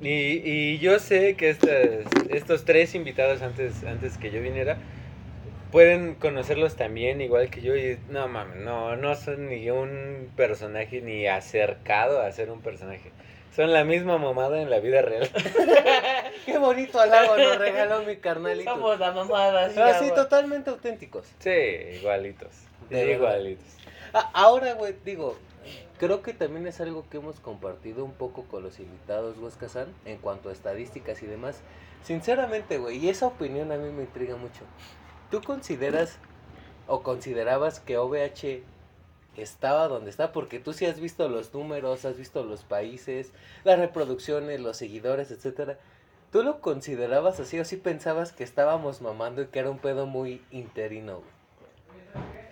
[SPEAKER 3] Y, y yo sé que estas- estos tres invitados antes, antes que yo viniera pueden conocerlos también igual que yo y no mames, no, no son ni un personaje ni acercado a ser un personaje. Son la misma mamada en la vida real.
[SPEAKER 1] Qué bonito halago nos regaló mi carnalito.
[SPEAKER 2] Somos la mamada, sí.
[SPEAKER 1] Así
[SPEAKER 2] güey.
[SPEAKER 1] totalmente auténticos.
[SPEAKER 3] Sí, igualitos.
[SPEAKER 1] De verdad.
[SPEAKER 3] igualitos.
[SPEAKER 1] A- Ahora, güey, digo, creo que también es algo que hemos compartido un poco con los invitados, Huesca San, en cuanto a estadísticas y demás. Sinceramente, güey, y esa opinión a mí me intriga mucho. ¿Tú consideras o considerabas que OVH estaba donde está? Porque tú sí has visto los números, has visto los países, las reproducciones, los seguidores, etcétera. ¿Tú lo considerabas así o sí pensabas que estábamos mamando y que era un pedo muy interino, güey?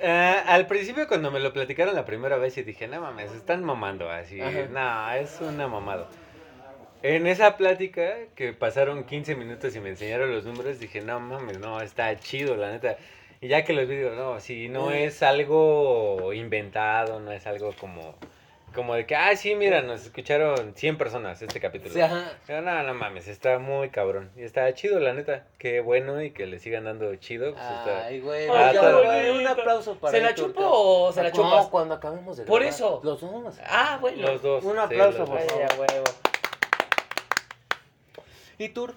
[SPEAKER 3] Ah, al principio cuando me lo platicaron la primera vez y dije, no mames, están mamando así.
[SPEAKER 1] Ajá.
[SPEAKER 3] No, es una mamada. En esa plática que pasaron 15 minutos y me enseñaron los números, dije, no mames, no, está chido, la neta. Y ya que los vi, digo, no, si no
[SPEAKER 2] Mm.
[SPEAKER 3] es algo inventado, no es algo como, como de que, ah, sí, mira, nos escucharon 100 personas este
[SPEAKER 1] O
[SPEAKER 3] capítulo.
[SPEAKER 1] sea, ajá,
[SPEAKER 3] Pero no, no mames, está muy cabrón. Y está chido, la neta. Qué bueno y que le sigan dando chido. pues, está-
[SPEAKER 1] Ay, güey.
[SPEAKER 2] Ay,
[SPEAKER 1] ya
[SPEAKER 3] qué
[SPEAKER 1] volví.
[SPEAKER 2] bonito.
[SPEAKER 1] un aplauso para
[SPEAKER 2] ¿Se la
[SPEAKER 1] el turco.
[SPEAKER 2] chupo o se la chupas?
[SPEAKER 1] No, cuando acabemos de
[SPEAKER 2] Por
[SPEAKER 1] grabar.
[SPEAKER 2] eso.
[SPEAKER 1] Los dos.
[SPEAKER 2] Ah, bueno.
[SPEAKER 3] Los dos.
[SPEAKER 1] Un
[SPEAKER 3] sí,
[SPEAKER 1] aplauso,
[SPEAKER 3] los
[SPEAKER 1] por
[SPEAKER 2] Ay,
[SPEAKER 3] dos.
[SPEAKER 1] favor.
[SPEAKER 2] a huevo.
[SPEAKER 1] Y Turk,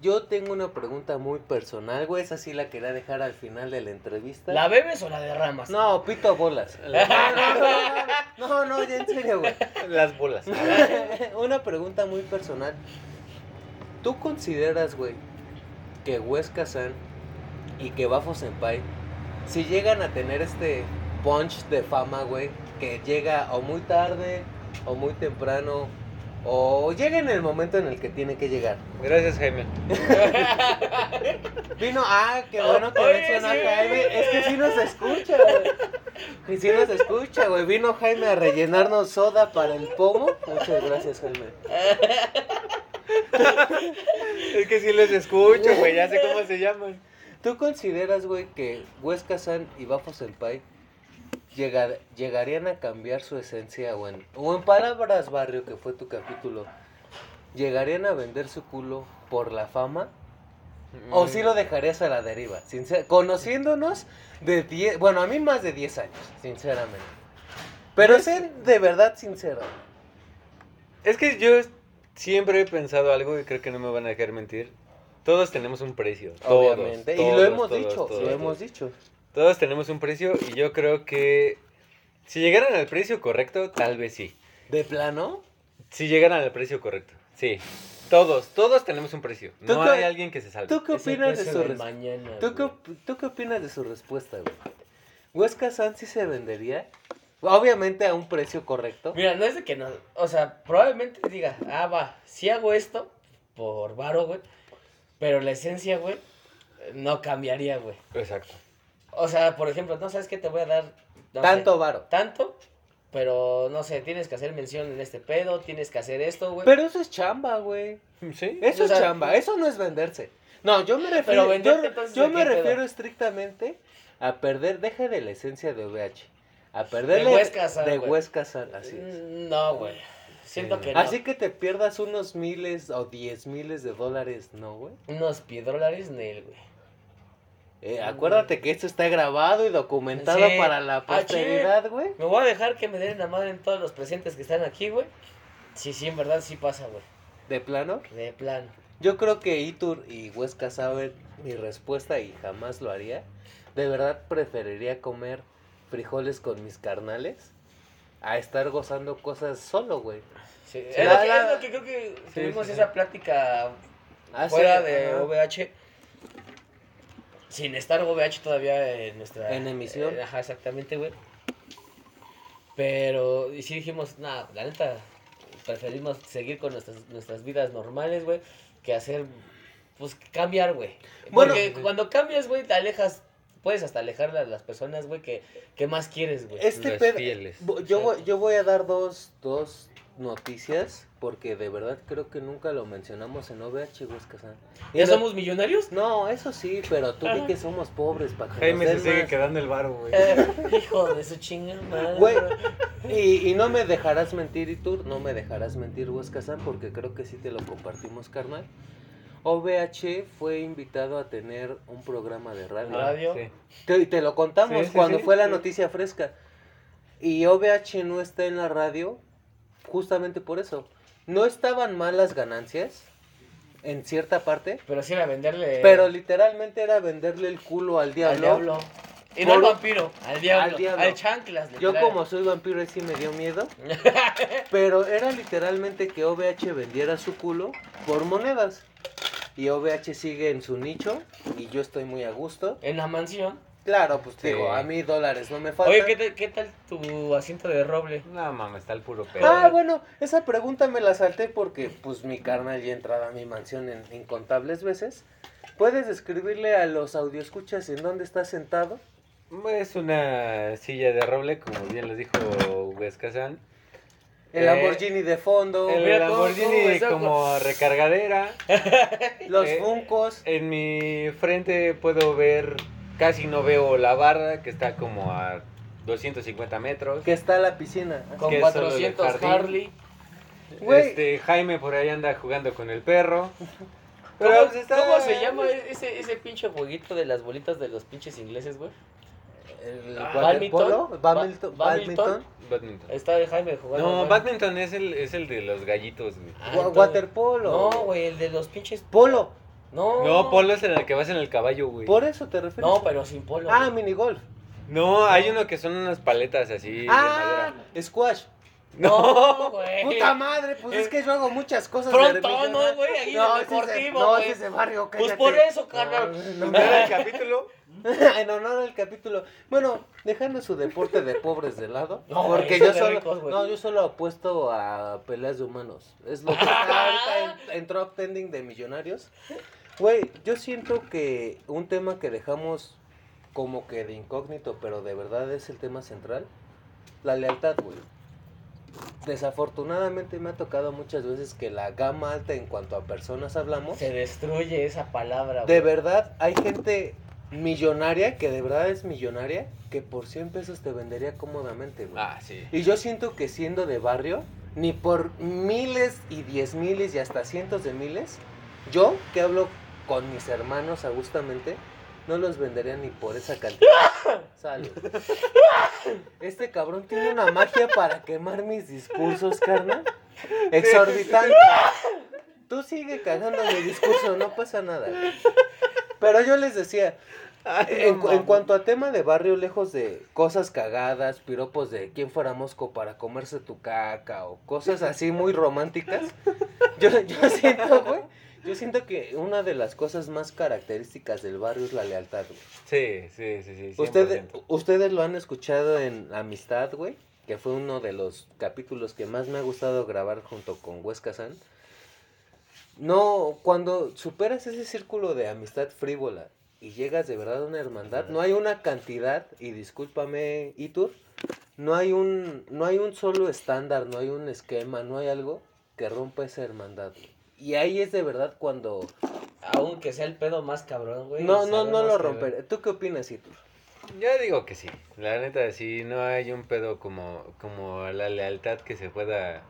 [SPEAKER 1] yo tengo una pregunta muy personal, güey. Esa sí la quería dejar al final de la entrevista.
[SPEAKER 2] ¿La bebes o la derramas?
[SPEAKER 1] No, pito a bolas. No, no, no, ya en serio, güey.
[SPEAKER 3] Las bolas.
[SPEAKER 1] Una pregunta muy personal. ¿Tú consideras, güey, que Huesca San y que Bafo Senpai, si llegan a tener este punch de fama, güey, que llega o muy tarde o muy temprano, o llega en el momento en el que tiene que llegar?
[SPEAKER 3] Gracias, Jaime.
[SPEAKER 1] Vino, ah, qué bueno que
[SPEAKER 2] Oye,
[SPEAKER 1] mencionó a
[SPEAKER 2] sí.
[SPEAKER 1] Jaime. Es que sí nos escucha, güey. Y sí nos escucha, güey. Vino Jaime a rellenarnos soda para el pomo. Muchas gracias, Jaime.
[SPEAKER 3] Es que sí les escucho, güey. Ya sé cómo se llaman.
[SPEAKER 1] ¿Tú consideras, güey, que Huesca San y Bafo Senpai llega- llegarían a cambiar su esencia, o en, o en palabras, barrio, que fue tu capítulo? ¿Llegarían a vender su culo por la fama? ¿O si
[SPEAKER 3] Mm.
[SPEAKER 1] lo dejarías a la deriva? Sincer- conociéndonos de 10, bueno, a mí más de 10 años, sinceramente. Pero ser de verdad sincero.
[SPEAKER 3] Es que yo siempre he pensado algo y creo que no me van a dejar mentir. Todos tenemos un precio. Todos,
[SPEAKER 1] obviamente. y
[SPEAKER 3] todos,
[SPEAKER 1] lo hemos
[SPEAKER 3] todos,
[SPEAKER 1] dicho,
[SPEAKER 3] todos,
[SPEAKER 1] lo
[SPEAKER 3] todos.
[SPEAKER 1] hemos dicho.
[SPEAKER 3] Todos tenemos un precio y yo creo que si llegaran al precio correcto, tal vez sí.
[SPEAKER 1] ¿De plano?
[SPEAKER 3] Si llegaran al precio correcto, sí. Todos, todos tenemos un precio.
[SPEAKER 1] ¿Tú
[SPEAKER 3] No
[SPEAKER 1] qué-
[SPEAKER 3] hay alguien que se salve.
[SPEAKER 1] ¿Tú qué
[SPEAKER 2] Es el
[SPEAKER 1] opinas de
[SPEAKER 2] precio
[SPEAKER 1] su
[SPEAKER 2] del
[SPEAKER 1] respuesta?
[SPEAKER 2] mañana,
[SPEAKER 1] ¿Tú qué,
[SPEAKER 2] güey.
[SPEAKER 1] op- tú qué opinas de su respuesta, güey? ¿Huesca San sí se vendería? Obviamente a un precio correcto.
[SPEAKER 2] Mira, no es de que no. O sea, probablemente diga, ah, va, si hago esto por varo, güey. Pero la esencia, güey, no cambiaría, güey.
[SPEAKER 3] Exacto.
[SPEAKER 2] O sea, por ejemplo, no sabes que te voy a dar. no
[SPEAKER 1] Tanto
[SPEAKER 2] sé,
[SPEAKER 1] varo.
[SPEAKER 2] tanto, pero no sé, tienes que hacer mención en este pedo, tienes que hacer esto, güey.
[SPEAKER 1] Pero eso es chamba, güey.
[SPEAKER 3] Sí.
[SPEAKER 1] Eso
[SPEAKER 2] O sea,
[SPEAKER 1] es chamba, eso no es venderse. No, yo me refiero,
[SPEAKER 2] venderte,
[SPEAKER 1] yo-
[SPEAKER 2] entonces,
[SPEAKER 1] yo,
[SPEAKER 2] ¿de
[SPEAKER 1] me
[SPEAKER 2] qué pedo?
[SPEAKER 1] refiero estrictamente a perder, deja de la esencia de OVH, a perder
[SPEAKER 2] De
[SPEAKER 1] la-
[SPEAKER 2] Huesca San,
[SPEAKER 1] de
[SPEAKER 2] güey.
[SPEAKER 1] Huesca San, así es.
[SPEAKER 2] Mm, No, güey. Siento
[SPEAKER 3] Sí,
[SPEAKER 2] que no.
[SPEAKER 1] Así que te pierdas unos miles o diez miles de dólares, ¿no, güey?
[SPEAKER 2] Unos piedrolares en él, güey.
[SPEAKER 1] Eh, acuérdate que esto está grabado y documentado
[SPEAKER 2] Mm. Sí.
[SPEAKER 1] para la
[SPEAKER 2] Ah, sí.
[SPEAKER 1] posteridad, güey.
[SPEAKER 2] Me voy a dejar que me den la madre en todos los presentes que están aquí, güey. Sí, sí, en verdad sí pasa, güey.
[SPEAKER 1] De plano.
[SPEAKER 2] De plano.
[SPEAKER 1] Yo creo que Itur y Huesca saben mi respuesta y jamás lo haría. De verdad preferiría comer frijoles con mis carnales a estar gozando cosas solo, güey.
[SPEAKER 2] Sí, es,
[SPEAKER 1] Sí,
[SPEAKER 2] lo
[SPEAKER 1] la-
[SPEAKER 2] que,
[SPEAKER 1] la-
[SPEAKER 2] es lo que creo que tuvimos
[SPEAKER 1] sí, sí.
[SPEAKER 2] esa plática
[SPEAKER 1] Hace-
[SPEAKER 2] fuera de
[SPEAKER 1] ajá.
[SPEAKER 2] OVH. Sin estar OVH todavía en nuestra...
[SPEAKER 1] En emisión.
[SPEAKER 2] eh, ajá, exactamente, güey. Pero, y sí dijimos, nada, la neta, preferimos seguir con nuestras, nuestras vidas normales, güey, que hacer, pues, cambiar, güey.
[SPEAKER 1] Bueno.
[SPEAKER 2] Porque cuando cambias, güey, te alejas, puedes hasta alejar a las personas, güey, que, que más quieres, güey.
[SPEAKER 1] Este
[SPEAKER 3] Los
[SPEAKER 1] pedo-
[SPEAKER 3] fieles.
[SPEAKER 1] bo- Yo, voy- yo voy a dar dos, dos noticias porque de verdad creo que nunca lo mencionamos en OVH, Huesca San. Y
[SPEAKER 2] ¿Ya
[SPEAKER 1] lo-
[SPEAKER 2] somos millonarios?
[SPEAKER 1] No, eso sí, pero tú di que somos pobres, para
[SPEAKER 3] Jaime se sigue quedando el varo, güey.
[SPEAKER 2] Hijo de su chingada madre.
[SPEAKER 1] Güey, y, y no me dejarás mentir, y tú no me dejarás mentir, Huesca San, porque creo que sí te lo compartimos, carnal. OVH fue invitado a tener un programa de radio.
[SPEAKER 2] Ah, radio.
[SPEAKER 3] Sí.
[SPEAKER 1] Te, te lo contamos
[SPEAKER 3] Sí, sí,
[SPEAKER 1] cuando
[SPEAKER 3] sí,
[SPEAKER 1] fue la
[SPEAKER 3] sí.
[SPEAKER 1] noticia fresca. Y OVH no está en la radio justamente por eso. No estaban mal las ganancias, en cierta parte,
[SPEAKER 2] Pero sí era
[SPEAKER 3] Eh.
[SPEAKER 2] venderle.
[SPEAKER 1] pero literalmente era venderle el culo al
[SPEAKER 2] al
[SPEAKER 1] diablo.
[SPEAKER 2] diablo. Y no al
[SPEAKER 1] Por-
[SPEAKER 2] vampiro, al diablo.
[SPEAKER 1] al
[SPEAKER 2] Al,
[SPEAKER 1] diablo.
[SPEAKER 2] chanclas.
[SPEAKER 1] Yo
[SPEAKER 2] literal.
[SPEAKER 1] como soy vampiro y sí me dio miedo. Pero era literalmente que OVH vendiera su culo por monedas. Y OVH sigue en su nicho y yo estoy muy a gusto.
[SPEAKER 2] En la mansión.
[SPEAKER 1] Claro, pues
[SPEAKER 3] Sí.
[SPEAKER 1] digo, a mí dólares no me faltan.
[SPEAKER 2] Oye, ¿qué, tal- qué tal tu asiento de roble?
[SPEAKER 3] No mames, está el puro pedo.
[SPEAKER 1] Ah, bueno, esa pregunta me la salté porque pues mi carnal ya entraba a mi mansión en incontables veces. ¿Puedes describirle a los audioscuchas en dónde está sentado?
[SPEAKER 3] Es una silla de roble, como bien lo dijo Huesca San.
[SPEAKER 1] El
[SPEAKER 3] Eh,
[SPEAKER 1] Lamborghini de fondo,
[SPEAKER 3] El
[SPEAKER 2] Mira cómo- cómo
[SPEAKER 3] Lamborghini
[SPEAKER 2] me saco.
[SPEAKER 3] como recargadera.
[SPEAKER 1] los
[SPEAKER 3] eh,
[SPEAKER 1] Funcos.
[SPEAKER 3] En mi frente puedo ver, casi no veo la barda que está como a 250 metros.
[SPEAKER 1] que está la piscina.
[SPEAKER 2] Con
[SPEAKER 3] que eso lo del
[SPEAKER 2] 400
[SPEAKER 3] jardín.
[SPEAKER 2] Harley.
[SPEAKER 1] Güey.
[SPEAKER 3] Este Jaime por ahí anda jugando con el perro.
[SPEAKER 2] ¿Cómo,
[SPEAKER 3] pues, está-
[SPEAKER 2] cómo se llama ese, ese pinche jueguito de las bolitas de los pinches ingleses, güey?
[SPEAKER 1] El
[SPEAKER 2] Ah,
[SPEAKER 1] waterpolo,
[SPEAKER 2] badminton.
[SPEAKER 1] badminton,
[SPEAKER 2] Ba-
[SPEAKER 1] badminton,
[SPEAKER 3] Badminton.
[SPEAKER 2] Está de Jaime jugando.
[SPEAKER 3] No,
[SPEAKER 2] güey.
[SPEAKER 3] badminton es el, es el de los gallitos. güey.
[SPEAKER 2] Ah,
[SPEAKER 1] wa-
[SPEAKER 2] entonces-
[SPEAKER 1] waterpolo.
[SPEAKER 2] No, güey, el de los pinches.
[SPEAKER 1] Polo, Oh.
[SPEAKER 2] No.
[SPEAKER 3] No, polo es en el que vas en el caballo, güey.
[SPEAKER 1] por eso te refieres.
[SPEAKER 2] No, pero sin polo.
[SPEAKER 1] ah,
[SPEAKER 2] güey.
[SPEAKER 1] minigolf.
[SPEAKER 3] No, hay uno que son unas paletas así de
[SPEAKER 1] Ah,
[SPEAKER 3] madera.
[SPEAKER 1] squash.
[SPEAKER 2] No, güey.
[SPEAKER 1] Puta madre, pues es que yo hago muchas cosas.
[SPEAKER 2] Pronto,
[SPEAKER 1] repente,
[SPEAKER 2] no, güey, ahí
[SPEAKER 1] ese
[SPEAKER 2] en el
[SPEAKER 1] es de-
[SPEAKER 2] deportivo,
[SPEAKER 1] No,
[SPEAKER 2] güey.
[SPEAKER 1] ese es de barrio,
[SPEAKER 2] Pues
[SPEAKER 1] cállate. Ah.
[SPEAKER 2] por eso,
[SPEAKER 1] No,
[SPEAKER 2] carnal.
[SPEAKER 1] no,
[SPEAKER 3] Era el capítulo.
[SPEAKER 1] en honor al capítulo. Bueno, dejando su deporte de pobres de lado.
[SPEAKER 2] No, güey,
[SPEAKER 1] porque
[SPEAKER 2] eso
[SPEAKER 1] yo
[SPEAKER 2] es de
[SPEAKER 1] solo,
[SPEAKER 2] ricos, güey.
[SPEAKER 1] no, yo solo apuesto a peleas de humanos. Es lo que está ahorita en, en top trending de millonarios. Güey, yo siento que un tema que dejamos como que de incógnito, pero de verdad es el tema central, la lealtad, güey. Desafortunadamente me ha tocado muchas veces que la gama alta en cuanto a personas hablamos.
[SPEAKER 2] Se destruye esa palabra,
[SPEAKER 1] De
[SPEAKER 2] güey.
[SPEAKER 1] verdad, hay gente millonaria que de verdad es millonaria que por 100 pesos te vendería cómodamente, güey.
[SPEAKER 3] Ah, sí.
[SPEAKER 1] Y yo siento que siendo de barrio, ni por miles y diez miles y hasta cientos de miles, yo que hablo con mis hermanos agustamente, no los vendería ni por esa cantidad. Salud. Este cabrón tiene una magia para quemar mis discursos, carnal. Exorbitante. Tú sigue cagando mi discurso, no pasa nada. Pero yo les decía, en, cu- en cuanto a tema de barrio, lejos de cosas cagadas, piropos de quién fuera mosco para comerse tu caca o cosas así muy románticas, yo, yo siento, güey, yo siento que una de las cosas más características del barrio es la lealtad, güey.
[SPEAKER 3] Sí, sí, sí, sí. 100%.
[SPEAKER 1] Ustedes, ustedes lo han escuchado en Amistad, güey, que fue uno de los capítulos que más me ha gustado grabar junto con Huesca San. No, cuando superas ese círculo de amistad frívola y llegas de verdad a una hermandad, no hay una cantidad, y discúlpame, Itur, no hay un, no hay un solo estándar, no hay un esquema, no hay algo que rompa esa hermandad. güey. Y ahí es de verdad cuando...
[SPEAKER 2] Aunque sea el pedo más cabrón, güey.
[SPEAKER 1] no, no, no
[SPEAKER 2] sabemos
[SPEAKER 1] lo
[SPEAKER 2] que-
[SPEAKER 1] romperé. ¿Tú qué opinas, Itur?
[SPEAKER 3] Yo digo que sí. La neta, sí, no hay un pedo como, como la lealtad que se pueda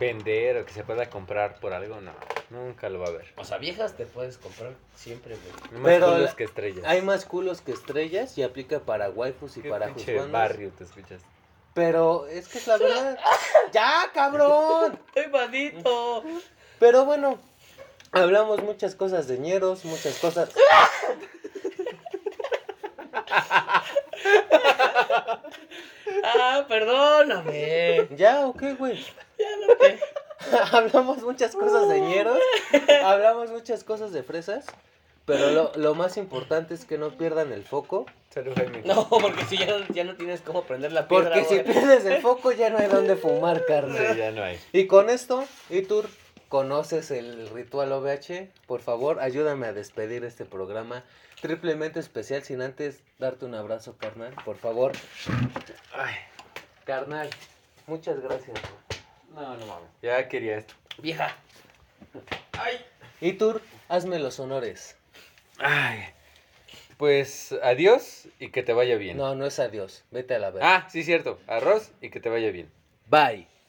[SPEAKER 3] vender o que se pueda comprar por algo. No, nunca lo va a haber.
[SPEAKER 2] O sea, viejas te puedes comprar siempre, güey.
[SPEAKER 3] Más
[SPEAKER 1] Pero
[SPEAKER 3] culos
[SPEAKER 1] la-
[SPEAKER 3] que estrellas.
[SPEAKER 1] Hay más culos que estrellas y aplica para waifus y
[SPEAKER 3] Qué
[SPEAKER 1] para
[SPEAKER 3] pinche
[SPEAKER 1] juzgandos.
[SPEAKER 3] barrio te escuchas.
[SPEAKER 1] Pero es que es la verdad. ¡Ya, cabrón!
[SPEAKER 2] ¡Ay, manito!
[SPEAKER 1] Pero bueno, hablamos muchas cosas de ñeros, muchas cosas.
[SPEAKER 2] ¡Ah, perdóname!
[SPEAKER 1] ¿Ya o qué, güey? hablamos muchas cosas de ñeros, hablamos muchas cosas de fresas. Pero lo, lo más importante es que no pierdan el foco.
[SPEAKER 3] Salud, Jaime.
[SPEAKER 2] No, porque si ya no, ya no tienes cómo prender la piedra,
[SPEAKER 1] Porque si
[SPEAKER 2] güey.
[SPEAKER 1] pierdes el foco ya no hay dónde fumar,
[SPEAKER 3] Sí,
[SPEAKER 1] carnal.
[SPEAKER 3] ya no hay.
[SPEAKER 1] Y con esto, Itur, ¿conoces el ritual OVH? Por favor, ayúdame a despedir este programa triplemente especial sin antes darte un abrazo, carnal. Por favor. Ay, carnal, muchas gracias. güey.
[SPEAKER 3] No, no mames. Ya quería esto.
[SPEAKER 2] Vieja. ¡Ay!
[SPEAKER 1] Itur, hazme los honores.
[SPEAKER 3] Ay. Pues adiós y que te vaya bien.
[SPEAKER 1] No, no es adiós. Vete a la verga.
[SPEAKER 3] Ah, sí, cierto. Arroz y que te vaya bien.
[SPEAKER 1] Bye.